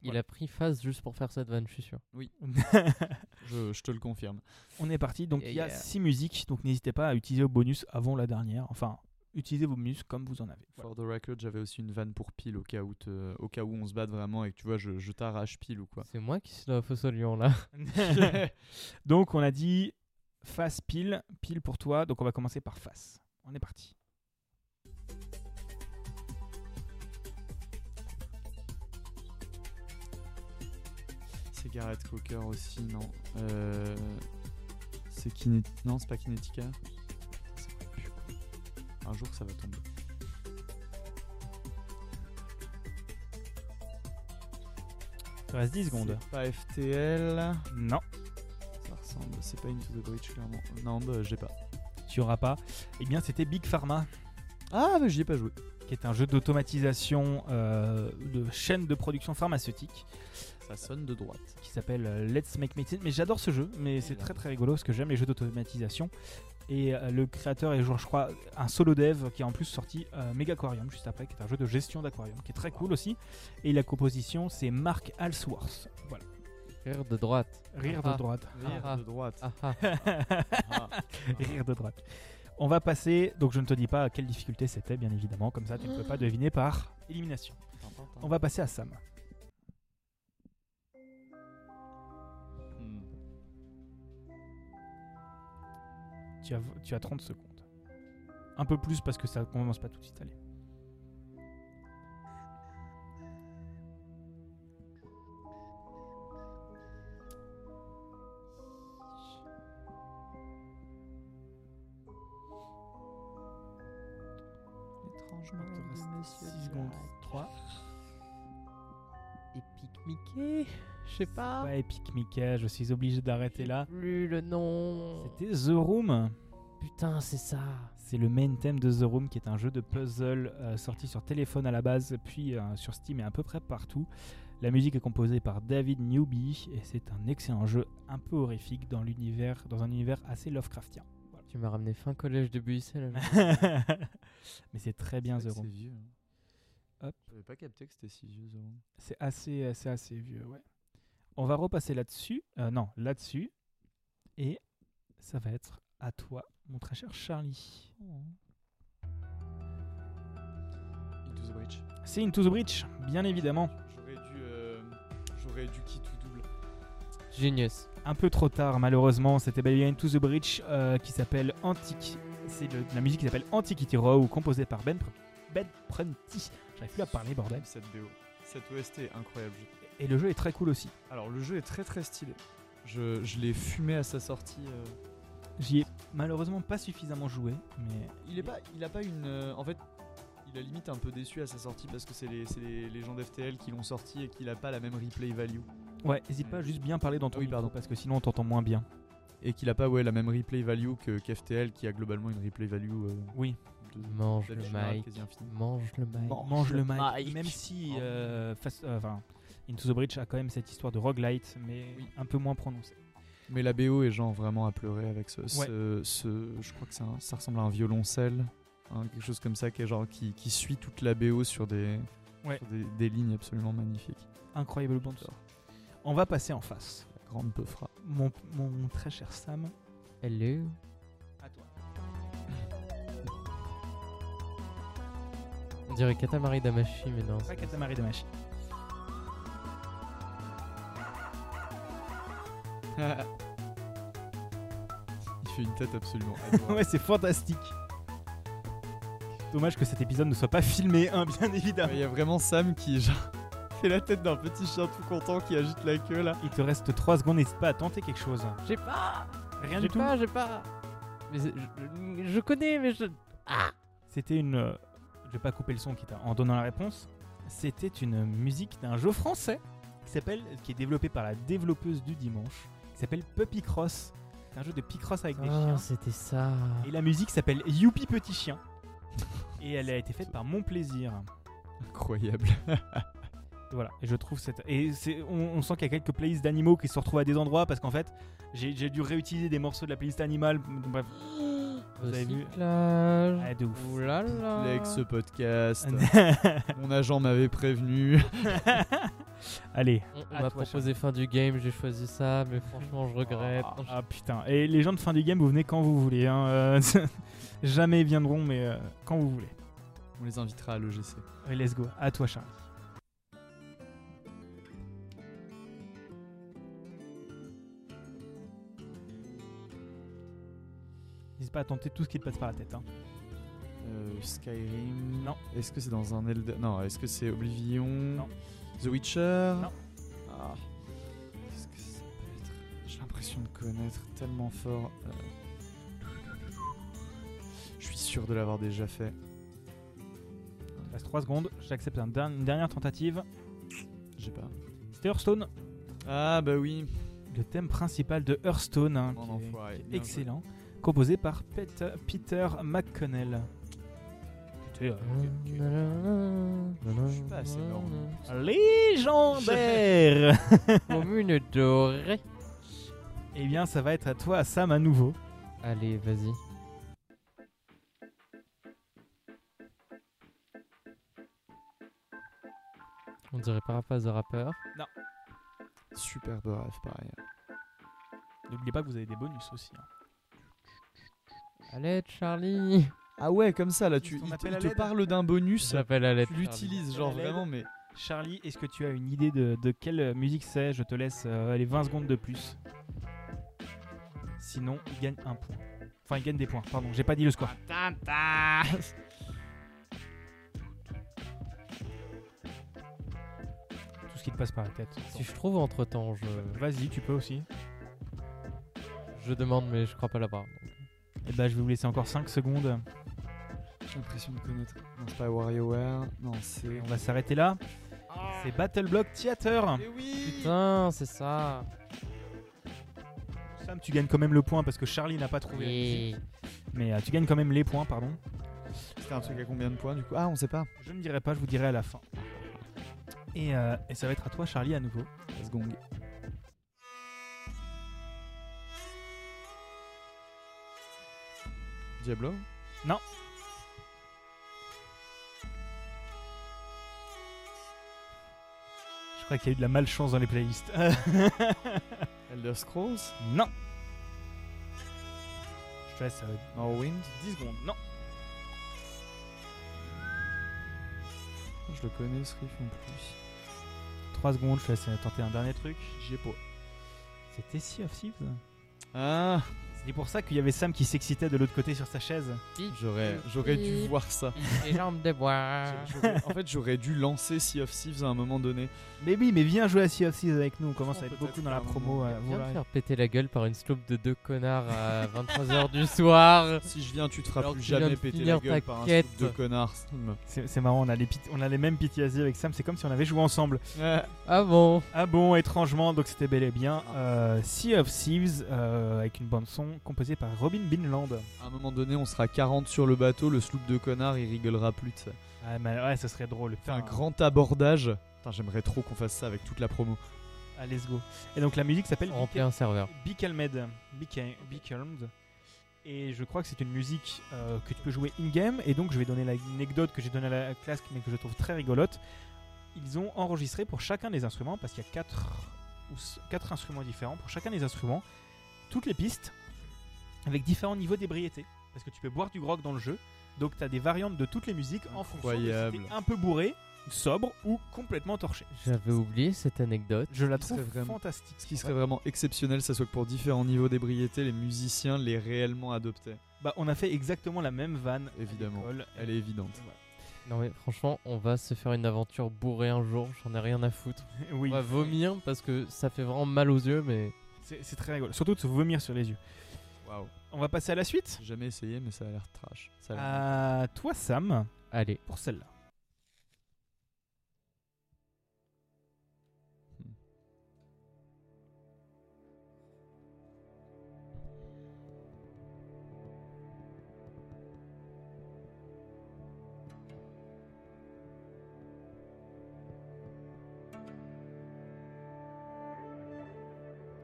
B: Il a pris face juste pour faire cette vanne, je suis sûr.
C: Je, je te le confirme.
A: On est parti. Donc
B: Yeah,
A: il y a
B: yeah.
A: six musiques, donc n'hésitez pas à utiliser vos bonus avant la dernière. Enfin, utilisez vos bonus comme vous en avez.
C: For the record, j'avais aussi une vanne pour pile au cas où, te- au cas où on se batte vraiment et que tu vois, je, je t'arrache pile ou quoi.
B: C'est moi qui suis dans la fosse au lion là.
A: Voilà. donc on a dit face pile, pile pour toi. Donc on va commencer par face. On est parti.
C: Cigarette Cocker aussi, non. Euh, C'est Kinet... Non, c'est pas Kinetica. Ça, c'est plus, quoi. Un jour, ça va tomber.
A: Il reste 10 secondes.
C: C'est Pas FTL.
A: Non,
C: Ça ressemble. C'est pas Into the Bridge, clairement. Non, bah, j'ai pas.
A: tu auras pas. Eh bien, c'était Big Pharma,
C: Ah, mais j'y ai pas joué.
A: qui est un jeu d'automatisation euh, de chaîne de production pharmaceutique.
C: Ça sonne de droite.
A: qui s'appelle euh, Let's Make Medicine. Mais j'adore ce jeu, mais c'est très très rigolo parce que j'aime les jeux d'automatisation. Et euh, le créateur est, genre, je crois, un solo dev qui est en plus sorti euh, Mega Aquarium juste après, qui est un jeu de gestion d'aquarium qui est très cool aussi. Et la composition, c'est Mark Alsworth. Voilà.
B: Rire de droite.
A: Rire
B: Ah.
A: de droite.
C: Rire
B: Ah.
C: de droite. Ah.
B: Ah ah.
A: Rire de droite. On va passer, donc je ne te dis pas à quelle difficulté c'était, bien évidemment, comme ça tu ne peux pas deviner par élimination. On va passer à Sam.
C: Hmm.
A: Tu as, tu as 30 secondes. Un peu plus parce que ça commence pas tout de suite. Allez.
C: L'étrangement
A: Il te reste
C: de Monsieur
A: 6 secondes. 3.
B: Epic Mickey Je sais pas.
A: Ouais, Epic Mickey, je suis obligé d'arrêter là.
B: Plus le nom.
A: C'était The Room.
B: Putain, c'est ça.
A: C'est le main theme de The Room, qui est un jeu de puzzle euh, sorti sur téléphone à la base, puis euh, sur Steam et à peu près partout. La musique est composée par David Newby et c'est un excellent jeu un peu horrifique dans, l'univers, dans un univers assez Lovecraftien.
B: Tu m'as ramené fin collège de Buissel.
A: Mais c'est très bien The Room.
C: C'est vieux. hein.
A: Hop.
C: J'avais pas capté que c'était si vieux The Room.
A: C'est assez, euh, c'est assez vieux, ouais. On va repasser là-dessus. euh, non, là-dessus. Et ça va être à toi, mon très cher Charlie.
C: Into the Breach.
A: C'est Into the Breach, bien évidemment.
C: J'aurais dû, euh, j'aurais dû qui tout double.
B: Genius.
A: Un peu trop tard, malheureusement. C'était bel et bien Into the Breach euh, qui s'appelle Antique. C'est de la musique qui s'appelle Antiquity Row, composée par Ben, Pr- ben Prunty. J'arrive plus à parler, bordel.
C: Cette BO, cette OST est incroyable.
A: Et le jeu est très cool aussi.
C: Alors le jeu est très très stylé. Je, je l'ai fumé à sa sortie. euh,
A: J'y ai malheureusement pas suffisamment joué, mais
C: Il est pas, il a pas une. euh, en fait, il a limite un peu déçu à sa sortie parce que c'est les, c'est les, les gens d'FTL qui l'ont sorti et qu'il a pas la même replay value.
A: ouais, n'hésite pas à juste bien parler dans ton
C: Oui,
A: micro,
C: pardon.
A: parce que sinon on t'entend moins bien.
C: Et qu'il a pas ouais la même replay value que qu'FTL qui a globalement une replay value. euh,
A: Oui.
C: de-
B: Mange le
C: d'habitude générale
B: mic.
C: quasi infinie.
B: Mange le mic.
C: Mange
A: mange le
C: le
A: mic.
C: mic.
A: Même si
C: Oh.
A: euh, face- euh, enfin, Into the Breach a quand même cette histoire de roguelite, mais
C: Oui.
A: un peu moins prononcée.
C: Mais la BO est genre vraiment à pleurer avec ce, ce, ce- je crois que c'est un- ça ressemble à un violoncelle, hein, quelque chose comme ça qui est genre qui, qui suit toute la BO sur des,
A: Ouais.
C: sur des, des lignes absolument magnifiques.
A: Incroyable bande son. On va passer en face.
C: La grande peufra.
A: Mon, mon très cher Sam,
B: Hello.
A: à toi.
B: On dirait Katamari Damashi, mais non.
A: Pas
B: c'est-
A: Katamari Damacy.
C: Il fait une tête absolument. adorable.
A: ouais, c'est fantastique. Dommage que cet épisode ne soit pas filmé, hein, bien
C: Ouais,
A: évidemment.
C: Il y a vraiment Sam qui genre, fait la tête d'un petit chien tout content qui agite la queue là.
A: Il te reste 3 secondes, n'hésite pas à tenter quelque chose.
B: J'ai pas
A: Rien
B: J'ai
A: du tout.
B: pas, j'ai pas Mais c'est- je, je connais, mais je.
A: C'était une. euh, Je vais pas couper le son quitte à- en donnant la réponse. C'était une musique d'un jeu français qui s'appelle, qui est développé par la développeuse du dimanche, qui s'appelle Puppy Cross. C'est un jeu de Picross avec des
B: Ah,
A: chiens.
B: c'était ça.
A: Et la musique s'appelle Youpi Petit Chien. Et elle a été faite par Mon Plaisir.
C: Incroyable.
A: Voilà, et je trouve cette. Et c'est- on, on sent qu'il y a quelques playlists d'animaux qui se retrouvent à des endroits parce qu'en fait, j'ai j'ai dû réutiliser des morceaux de la playlist animale. Bref, vous avez vu
B: Recyclage.
A: ah, de ouf.
B: Ouh là là.
C: Avec ce podcast, mon agent m'avait prévenu.
A: Allez,
B: On, on
A: À
B: m'a
A: toi,
B: proposé fin du game, j'ai choisi ça, mais franchement, je regrette.
A: Ah, ah, putain. Et les gens de fin du game, vous venez quand vous voulez. hein, euh, jamais ils viendront, mais euh, quand vous voulez.
C: On les invitera à l'EGC.
A: Allez, let's go. À toi, Charles. N'hésite pas à tenter tout ce qui te passe par la tête. hein.
C: Euh, Skyrim.
A: Non.
C: Est-ce que c'est dans un Elder Non. Est-ce que c'est Oblivion
A: Non.
C: The Witcher
A: Non.
C: Ah. Qu'est-ce que ça peut être J'ai l'impression de connaître tellement fort. euh. Je suis sûr de l'avoir déjà fait.
A: Il reste 3 secondes. J'accepte un der- une dernière tentative.
C: J'ai pas.
A: C'était Hearthstone,
C: Ah bah oui.
A: le thème principal de Hearthstone, hein,
C: Mon
A: qui est-
C: enfoiré.
A: qui est
C: Bien joué.
A: excellent, composé par Peter, Peter McConnell.
B: Je
C: suis pas assez mort.
A: Légendaire Ah.
B: Commune dorée.
A: Eh bien, ça va être à toi, Sam, à nouveau.
B: Allez, vas-y. On dirait Paraphrase de rappeur.
C: Superbe rêve pareil.
A: N'oubliez pas que vous avez des bonus aussi. hein.
B: Allez, Charlie.
C: Ah ouais, comme ça là, tu
A: Ton
C: il te,
A: appel
C: il
A: à
C: te
A: l'aide
C: parle d'un bonus,
B: s'appelle Alette.
C: tu l'utilises
A: Appel à
C: genre
A: l'aide.
C: vraiment mais
A: Charlie, est-ce que tu as une idée de, de quelle musique c'est Je te laisse euh, les 20 secondes de plus. Sinon, il gagne un point. Enfin, il gagne des points, pardon, j'ai pas dit le score. Tout ce qui te passe par la tête.
B: Si je trouve entre temps, je,
A: Vas-y, tu peux aussi.
B: je demande, mais je crois pas là-bas.
A: Et bah, je vais vous laisser encore 5 secondes.
C: j'ai l'impression de connaître. Non, c'est pas WarioWare, non, c'est
A: On va s'arrêter là. C'est Battle Block Theater.
C: Mais Eh oui
B: Putain, c'est ça.
A: Sam, tu gagnes quand même le point parce que Charlie n'a pas trouvé. la musique. Mais euh, tu gagnes quand même les points, pardon.
C: C'était un truc à combien de points du coup Ah, on sait pas.
A: Je ne dirai pas, je vous dirai à la fin. Et, euh, et ça va être à toi, Charlie, à nouveau.
C: Let's gong. Diablo
A: Je crois qu'il y a eu de la malchance dans les playlists.
C: Elder Scrolls
A: non. Je te laisse euh,
C: Morrowind
A: 10 secondes. Non.
C: Je le connais ce riff en plus.
A: 3 secondes, je te laisse euh, tenter un dernier truc.
C: J'y ai pas.
A: C'était Sea of Thieves.
C: Ah
A: C'est pour ça qu'il y avait Sam qui s'excitait de l'autre côté sur sa chaise.
C: J'aurais j'aurais dû
B: Bip.
C: voir ça.
B: Les jambes de bois.
C: J'aurais- en fait, j'aurais dû lancer Sea of Thieves à un moment donné.
A: Mais oui, mais viens jouer à Sea of Thieves avec nous. On commence à être
C: Peut-être
A: beaucoup dans la
C: qu'à un
A: promo.
C: moment,
A: euh,
B: Viens
A: voilà.
B: te faire péter la gueule par une slope de deux connards à 23h du soir.
C: Si je viens, tu te feras
B: Alors
C: plus
B: que tu viens
C: jamais
B: de
C: péter la
B: finir ta
C: gueule par un
B: quête.
C: scoop de connard.
A: C'est c'est marrant, on a, les pit- on a les mêmes PTSD avec Sam. C'est comme si on avait joué ensemble.
B: Ah bon
A: Ah bon, étrangement, donc c'était bel et bien euh, Sea of Thieves euh, avec une bande-son composée par Robin Binland.
C: À un moment donné, on sera 40 sur le bateau, le sloop de connard, il rigolera plus de ça.
A: Ah, mais ouais, ça serait drôle.
C: Fait un
A: Putain.
C: grand abordage. Putain, J'aimerais trop qu'on fasse ça avec toute la promo.
A: Ah, let's go. Et donc la musique s'appelle
B: On remplit un serveur.
A: Be Calmed. Be Ca- Be Calmed. Et je crois que c'est une musique euh, que tu peux jouer in-game. Et donc je vais donner l'anecdote que j'ai donnée à la classe, mais que je trouve très rigolote. Ils ont enregistré pour chacun des instruments, parce qu'il y a 4 ou s- quatre instruments différents, pour chacun des instruments, toutes les pistes, avec différents niveaux d'ébriété. Parce que tu peux boire du grog dans le jeu. Donc tu as des variantes de toutes les musiques en fonction de si
C: Incroyable.
A: t'es un peu bourré, sobre ou complètement torché.
B: J'avais oublié cette anecdote.
A: Je la
C: Ce qui serait
A: trouve
C: vraiment-
A: fantastique.
C: Ce qui serait vraiment exceptionnel, ça soit que pour différents niveaux d'ébriété, les musiciens les réellement adoptaient.
A: Bah, on a fait exactement la même vanne. à
C: Évidemment.
A: l'école.
C: Elle est évidente.
B: Non mais franchement, on va se faire une aventure bourrée un jour, j'en ai rien à foutre.
A: Oui,
B: On va vomir parce que ça fait vraiment mal aux yeux, mais
A: c'est c'est très rigolo. Surtout de se vomir sur les yeux.
C: Waouh.
A: On va passer à la suite.
C: J'ai jamais essayé, mais ça a l'air trash. Ça a l'air-
A: À toi, Sam,
B: allez.
A: pour celle-là.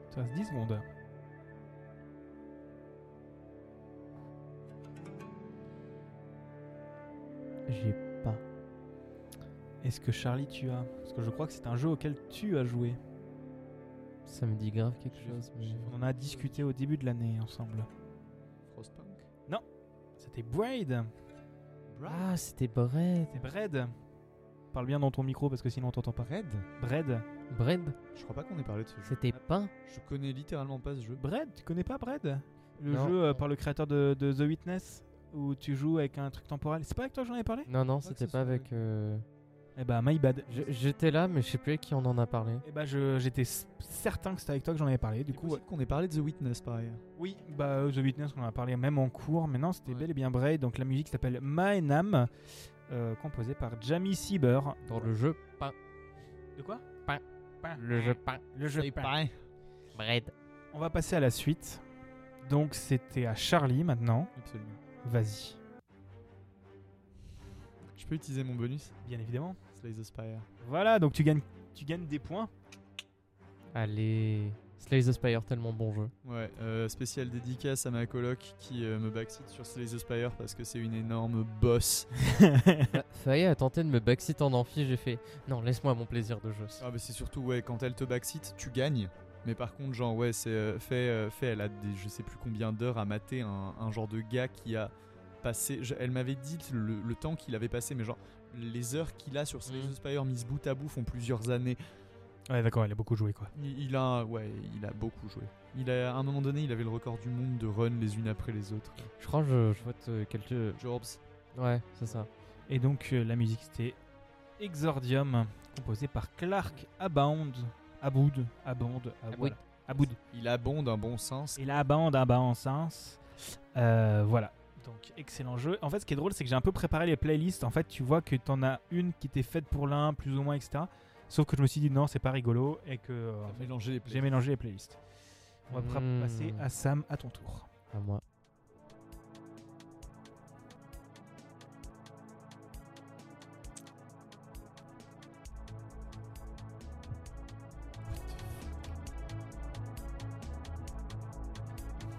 A: Ça reste 10 secondes.
B: J'ai pas.
A: Est-ce que Charlie, tu as Parce que je crois que c'est un jeu auquel tu as joué.
B: Ça me dit grave quelque
C: J'ai-
B: chose. mais-
C: j'ai
A: On en a discuté au début de l'année ensemble.
C: Frostpunk
A: C'était Braid.
B: Ah, c'était Bread.
A: C'était Braid. Parle bien dans ton micro parce que sinon on t'entend pas.
C: Red
A: Braid.
B: Bread
C: Je crois pas qu'on ait parlé de ce jeu.
A: Ah.
B: C'était pas
C: Je connais littéralement pas ce jeu.
A: Braid, tu connais pas Braid Le
B: Non.
A: jeu euh, par le créateur de, de The Witness où tu joues avec un truc temporel. C'est pas avec toi que j'en ai parlé
B: Non, non,
C: que
B: c'était pas
C: ce soit
B: avec...
C: avec-
B: euh,
A: Eh bah, my bad.
B: je- J'étais là, mais je sais plus avec qui on en a parlé.
A: Eh bah, je- j'étais s- certain que c'était avec toi que j'en avais parlé. Du
C: Du
A: coup,
C: coup, qu'on ait parlé de The Witness par ailleurs.
A: ouais. oui, bah, euh, The Witness, on en a parlé même en cours. Mais non, c'était
C: Ouais.
A: bel et bien Braid. Donc la musique s'appelle My Nam, euh, composée par Jamie Sieber.
B: Dans le jeu pain.
A: De quoi
B: Pain. Le jeu pain.
A: Le jeu pain.
B: Bread.
A: On va passer à la suite. Donc c'était à Charlie maintenant.
C: Absolument.
A: Vas-y.
C: Je peux utiliser mon bonus
A: Bien évidemment.
C: Slay the Spire.
A: Voilà, donc tu gagnes, tu gagnes des points.
B: Allez. Slay the Spire, tellement bon jeu.
C: Ouais, euh, spéciale dédicace à ma coloc qui euh, me backseat sur Slay the Spire parce que c'est une énorme bosse.
B: Bah, Faye a tenté de me backseat en amphi, j'ai fait non, laisse-moi mon plaisir de jeu.
C: Ah bah c'est surtout ouais quand elle te backseat tu gagnes mais par contre genre ouais c'est euh, fait euh, fait elle a des, je sais plus combien d'heures à mater un, un genre de gars qui a passé je- elle m'avait dit le, le temps qu'il avait passé mais genre les heures qu'il a sur Slay
B: Mm.
C: the Spire mises bout à bout font plusieurs années
A: Ouais, d'accord, elle a beaucoup joué quoi.
C: il, il a ouais il a beaucoup joué il a à un moment donné il avait le record du monde de run les unes après les autres
B: Je crois que je, je vote euh, quelques.
C: Jobs
B: Ouais, c'est ça.
A: Et donc euh, la musique c'était Exordium, composée par Clark Abound. Aboud, Abound, Aboud.
B: Aboud.
A: Aboud.
C: il abonde un bon sens
A: Et la bande à bas en sens. Euh, voilà. Donc excellent jeu. En fait, ce qui est drôle, c'est que j'ai un peu préparé les playlists. En fait, tu vois que t'en as une qui était faite pour l'un, plus ou moins, etc. Sauf que je me suis dit non, c'est pas rigolo et que euh, en fait,
C: mélanger les
A: j'ai mélangé les playlists. On va pra-
B: Hmm.
A: passer à Sam à ton tour.
B: À moi.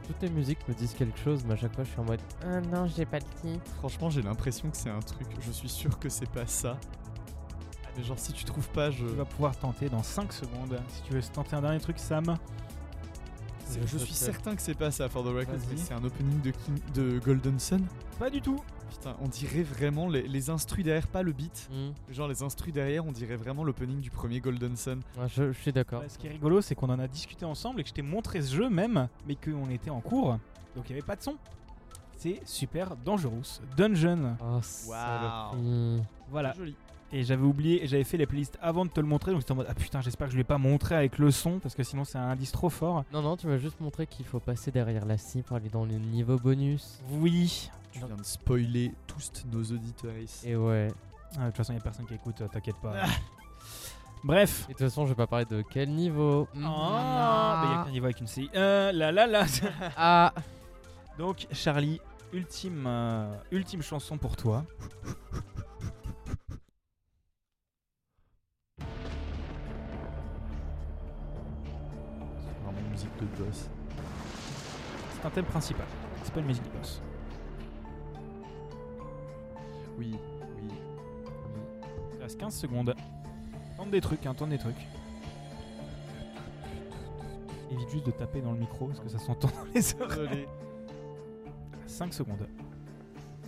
B: toutes les musiques me disent quelque chose, mais à chaque fois je suis en mode Ah non, j'ai pas de titre.
C: Franchement, j'ai l'impression que c'est un truc. Je suis sûr que c'est pas ça. Ah, Mais genre, si tu trouves pas, je.
A: Tu vas pouvoir tenter dans 5 secondes. Si tu veux se tenter un dernier truc, Sam.
C: c'est-
B: Je
C: Euh, Je
B: sais
C: suis
B: pas.
C: certain que c'est pas ça, For the Record.
B: Vas-y.
C: mais C'est un opening de, King- de Golden Sun.
A: Pas du tout.
C: Putain, on dirait vraiment les, les instrus derrière, pas le beat.
B: Hmm.
C: Genre, les instrus derrière, on dirait vraiment l'opening du premier Golden Sun.
B: Ouais, je, je suis d'accord.
A: Bah, ce qui est rigolo, c'est qu'on en a discuté ensemble et que je t'ai montré ce jeu même, mais qu'on était en cours, donc il n'y avait pas de son. C'est super Dangerous Dungeon.
B: Oh, Hmm. saloperie.
A: Voilà.
C: Joli.
A: Et j'avais oublié, j'avais fait les playlists avant de te le montrer, donc j'étais en mode ah putain, j'espère que je ne l'ai pas montré avec le son, parce que sinon c'est un indice trop fort.
B: Non, non, tu m'as juste montré qu'il faut passer derrière la scie pour aller dans le niveau bonus.
A: Oui.
C: Tu viens de spoiler tous nos auditeurs.
B: Et ouais.
A: Ah, de toute façon, il n'y a personne qui écoute, euh, t'inquiète pas. Bref.
B: Et de toute façon, je vais pas parler de quel niveau.
A: Oh, bah, il y a qu'un niveau avec une CI. Euh, là là là.
B: Ah
A: Donc Charlie, ultime, euh, ultime chanson pour toi.
C: C'est vraiment une musique de boss.
A: C'est un thème principal. C'est pas une musique de boss.
C: Oui, oui.
A: Il te reste 15 secondes. Tente des trucs, hein, tente des trucs. Évite juste de taper dans le micro parce que ça s'entend dans les oreilles.
C: Désolé.
A: 5 secondes.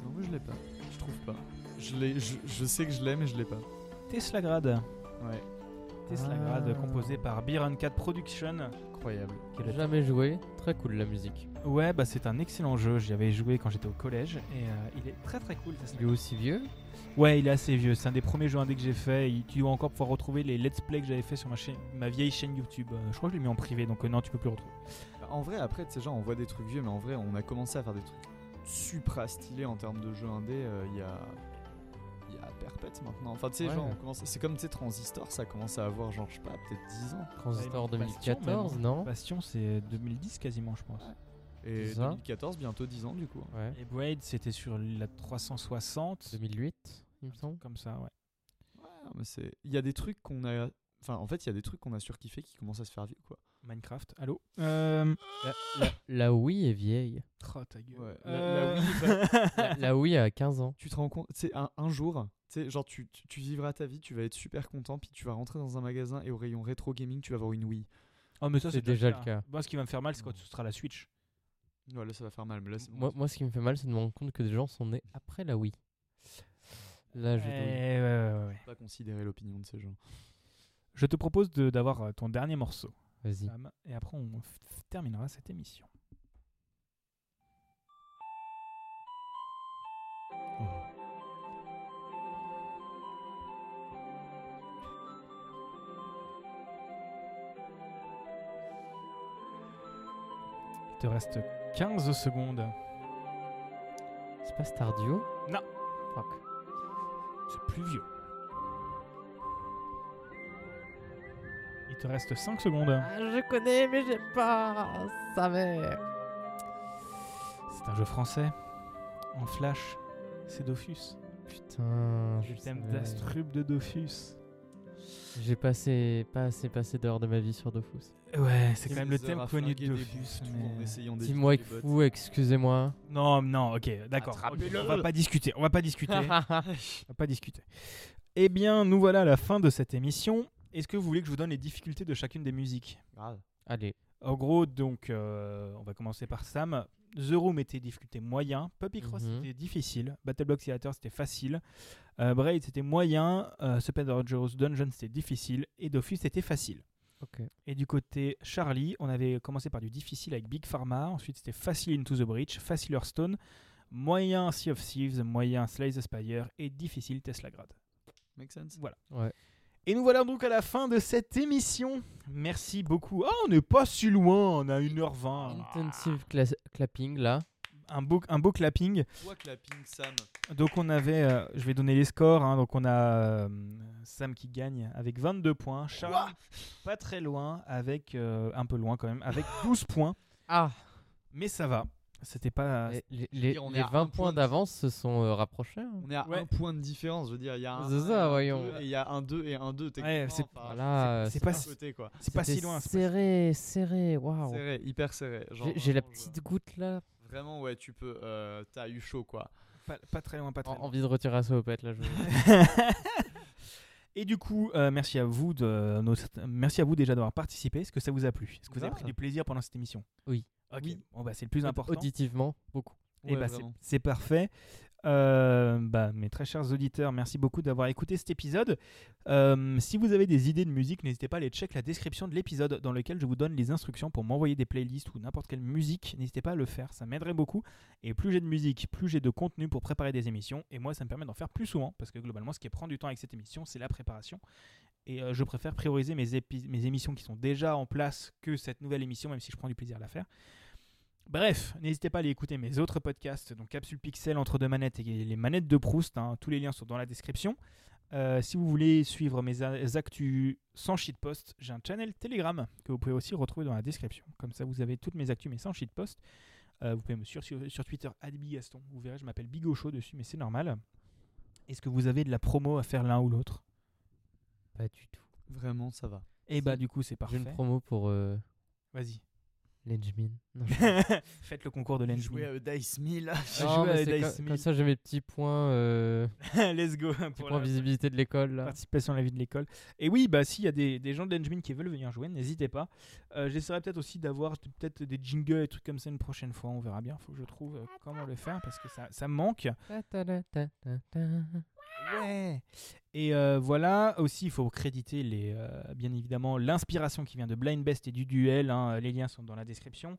C: Non, moi je l'ai pas. Je trouve pas. Je, l'ai, je, je sais que je l'ai, mais je l'ai pas.
A: Tesla Grad.
C: Ouais,
A: Tesla
B: Ah.
A: Grad, composé par Biron 4 Production.
C: incroyable.
A: Quel est-
B: Jamais joué. Très cool la musique.
A: Ouais, bah c'est un excellent jeu. J'y avais joué quand j'étais au collège et euh, il est très très cool. Tesla
B: Il est aussi vieux
A: Ouais, il est assez vieux. C'est un des premiers jeux indés que j'ai fait. Il- Tu dois encore pouvoir retrouver les let's play que j'avais fait sur ma, chaîne, ma vieille chaîne YouTube. Euh, je crois que je l'ai mis en privé, donc euh, non, tu peux plus le retrouver.
C: Bah, En vrai, après, tu sais, genre, on voit des trucs vieux, mais en vrai, on a commencé à faire des trucs supra stylés en termes de jeux indé euh, il y a. Il y a perpète maintenant. Enfin, tu sais,
B: Ouais.
C: genre, on commence. C'est comme, tu sais, Transistor, ça commence à avoir, genre, je sais pas, peut-être 10 ans.
B: Transistor
A: Bastion,
B: 2014, non
A: Bastion, c'est 2010 quasiment, je pense.
C: Et
B: C'est ça.
C: 2014, bientôt 10 ans, du coup.
B: Ouais.
A: Et Braid, c'était sur la 360.
B: 2008, il me semble.
A: Comme ça, ouais.
C: Ah, mais c'est. Il y a des trucs qu'on a. Enfin, en fait, il y a des trucs qu'on a surkiffé qui commencent à se faire vieux, quoi.
A: Minecraft, allô euh...
B: La, la- la Wii est vieille.
A: Oh, ta gueule.
C: Ouais, la-
A: Euh,
C: la Wii, bah,
B: La, la Wii a 15 ans.
C: tu te rends compte, tu sais, un, un jour, tu sais, genre, tu, tu, tu vivras ta vie, tu vas être super content, puis tu vas rentrer dans un magasin et au rayon rétro gaming, tu vas avoir une Wii.
A: Oh, mais ça,
B: C'est déjà le cas.
A: Moi, ce qui va me faire mal, c'est quand ce sera la Switch.
C: Ouais, là, ça va faire mal, mais là, c'est bon.
B: Moi, moi, ce qui me fait mal, c'est de me rendre compte que des gens sont nés après la Wii. Là, je
A: Eh,
B: dois-
A: ouais, ouais, ouais, ouais.
C: Faut pas considérer l'opinion de ces gens.
A: Je te propose de- d'avoir euh, ton dernier morceau,
B: Vas-y.
A: Sam, et après, on f- f- terminera cette émission. Il te reste 15 secondes.
B: C'est pas Stardew
A: Non.
B: Fuck.
A: C'est plus vieux. Il te reste 5 secondes.
B: Ah, je connais, mais j'ai pas. Ça mère.
A: C'est un jeu français. En flash, c'est Dofus.
B: Putain.
A: Je t'aime
B: savais.
A: d'Astrub de Dofus.
B: J'ai passé, pas assez passé d'heures de ma vie sur Dofus.
A: Ouais, c'est quand
C: Des
A: même le
C: heures
A: thème
C: à
A: connu de
C: flinguer des
A: Dofus.
C: bus, tout,
A: mais-
C: en essayant d'éviter
B: Team Wake
C: les bots.
B: Fou, excusez-moi.
A: Non, non, ok, d'accord.
C: Attrapez-le.
A: ok, on va pas discuter, on va pas discuter. on va pas discuter. Eh bien, nous voilà à la fin de cette émission. Est-ce que vous voulez que je vous donne les difficultés de chacune des musiques
C: Grave.
B: Allez.
A: En gros, donc, euh, on va commencer par Sam. The Room était difficulté moyen. Puppy Cross
B: Mhm.
A: c'était difficile. Battle Block Simulator c'était facile. Euh, Braid c'était moyen. Euh, Super Dangerous Dungeon c'était difficile. Et Dofus c'était facile.
B: Ok.
A: Et du côté Charlie, on avait commencé par du difficile avec Big Pharma. Ensuite c'était facile Into the Breach, facile Hearthstone, moyen Sea of Thieves, moyen Slay the Spire et difficile Tesla Grad.
C: Make sense
B: Ouais.
A: Et nous voilà donc à la fin de cette émission. Merci beaucoup. Ah, on n'est pas si loin, on a 1h20.
B: Intensive cla- clapping là.
A: Ah, un beau, un beau clapping.
C: Toi, clapping, Sam.
A: Donc on avait, euh, je vais donner les scores, hein. donc on a euh, Sam qui gagne avec 22 points, Charles pas très loin, avec euh, un peu loin quand même, avec 12 points,
B: Ah.
A: mais ça va. C'était pas.
B: Les, les- les-
C: dire, on est
B: les
C: à
B: 20
C: un point
B: points
C: de-
B: d'avance se sont euh, rapprochés. hein.
C: On est à
A: Ouais.
C: un point de différence, je veux dire, il y a un
B: C'est
C: 1
B: ça, voyons.
C: et il y a un 2 et un 2
A: Ouais, c'est-
B: Voilà,
A: Ah, c'est
B: euh,
A: pas
C: pas
A: si-
C: côté quoi.
A: C'est pas euh, si
B: c'était
A: loin. c'est pas-
B: Serré, serré, waouh.
C: Serré, hyper serré. genre,
B: J'ai- J'ai la
C: vraiment, je-
B: petite goutte là.
C: Vraiment ouais, tu peux euh, t'as eu chaud quoi.
A: Pas, pas très loin, pas très
B: En-
A: loin.
B: Envie de retirer la salopette là. Je...
A: Et du coup, euh, merci à vous de nos- merci à vous déjà d'avoir participé. Est-ce que ça vous a plu Est-ce que vous avez
C: Ah.
A: pris du plaisir pendant cette émission
B: Oui.
A: Ok.
B: Oui.
A: Bon, bah, c'est le plus important.
B: Auditivement, beaucoup.
A: Eh
C: Ouais,
A: bah, c'est-
C: vraiment.
A: c'est parfait. Euh, bah, mes très chers auditeurs, merci beaucoup d'avoir écouté cet épisode. Euh, si vous avez des idées de musique, n'hésitez pas à aller check la description de l'épisode dans lequel je vous donne les instructions pour m'envoyer des playlists ou n'importe quelle musique. N'hésitez pas à le faire, ça m'aiderait beaucoup. Et plus j'ai de musique, plus j'ai de contenu pour préparer des émissions. Et moi, ça me permet d'en faire plus souvent parce que globalement, ce qui prend du temps avec cette émission, c'est la préparation. Et euh, je préfère prioriser mes, épi- mes émissions qui sont déjà en place que cette nouvelle émission, même si je prends du plaisir à la faire. Bref, n'hésitez pas à aller écouter mes autres podcasts, donc Capsule Pixel entre deux manettes et les manettes de Proust. hein. tous les liens sont dans la description. Euh, si vous voulez suivre mes a- actus sans shitpost, j'ai un channel Telegram que vous pouvez aussi retrouver dans la description. Comme ça, vous avez toutes mes actus mais sans shitpost. Euh, vous pouvez me suivre sur, sur Twitter @bigaston. Vous verrez, je m'appelle Bigocho dessus, mais c'est normal. Est-ce que vous avez de la promo à faire l'un ou l'autre
B: Pas du tout.
C: Vraiment, ça va.
A: Et bah
B: Si.
A: du coup, c'est
B: J'ai
A: parfait.
B: une promo pour euh,
A: Vas-y.
B: Lenjmin. Non, je-
A: Faites le concours de l'Engine.
C: Jouer à Dice 1000.
A: J'ai
B: Non,
A: joué
B: mais
A: à
B: c'est
A: Dice
B: comme,
A: Mill.
B: comme ça j'ai mes petits points, euh,
A: Let's go. hein,
B: petits
A: pour
B: points
A: la-
B: visibilité de l'école là.
A: participation à la vie de l'école. Et oui, bah s'il y a des, des gens de l'Engmin qui veulent venir jouer, n'hésitez pas. Euh, J'essaierai peut-être aussi d'avoir t- peut-être des jingles et trucs comme ça une prochaine fois. On verra bien. Faut que je trouve euh, comment le faire parce que ça, ça me manque.
B: Ta ta ta ta ta ta.
A: Ouais. Et euh, voilà, aussi il faut créditer les, euh, bien évidemment l'inspiration qui vient de Blind Best et du duel. hein. Les liens sont dans la description.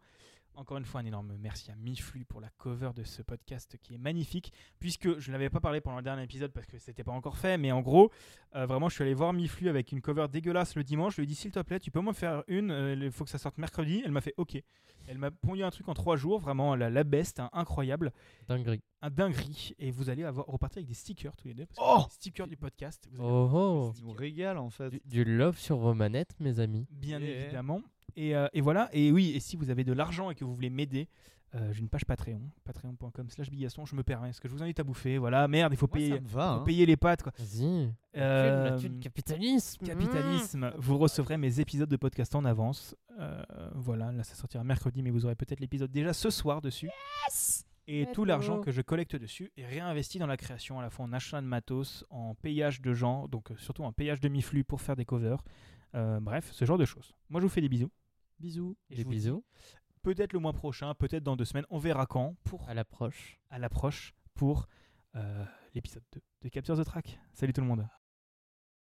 A: Encore une fois, un énorme merci à Miflu pour la cover de ce podcast qui est magnifique. Puisque je ne l'avais pas parlé pendant le dernier épisode parce que c'était pas encore fait, mais en gros, euh, vraiment, je suis allé voir Miflu avec une cover dégueulasse le dimanche. Je lui ai dit, s'il te plaît, tu peux m'en faire une. euh, Il faut que ça sorte mercredi. Elle m'a fait OK. Elle m'a pondu un truc en trois jours. Vraiment, la, la best, hein, incroyable
B: Dinguerie.
A: un dinguerie et vous allez avoir repartir avec des stickers tous les deux. Parce que
C: Oh
A: les stickers du podcast, vous allez avoir
B: Oh oh.
C: Ils nous régalent en fait.
B: Du, du love sur vos manettes, mes amis.
A: bien
C: Yeah.
A: évidemment. Et, euh, et voilà, et oui, et si vous avez de l'argent et que vous voulez m'aider, euh, j'ai une page Patreon, patreon.com slash bigasson, je me permets, parce que je vous invite à bouffer, voilà, merde, il faut
C: Moi,
A: payer,
C: ça me va.
A: faut
C: hein.
A: payer les pattes, quoi.
B: Vas-y.
A: Euh,
B: La thune, capitalisme.
A: capitalisme, vous recevrez mes épisodes de podcast en avance. Euh, voilà, là ça sortira mercredi, mais vous aurez peut-être l'épisode déjà ce soir dessus. Et tout
B: Let's
A: l'argent
B: go.
A: que je collecte dessus est réinvesti dans la création, à la fois en achat de matos, en payage de gens, donc euh, surtout en payage demi-flux pour faire des covers. Euh, bref, ce genre de choses. Moi je vous fais des bisous.
C: Bisous.
A: Et
B: Des
A: je vous dis
B: bisous.
A: Peut-être le mois prochain, peut-être dans deux semaines, on verra quand, pour,
B: À l'approche.
A: à l'approche, pour euh, l'épisode 2 de Capture the Track. Salut tout le monde.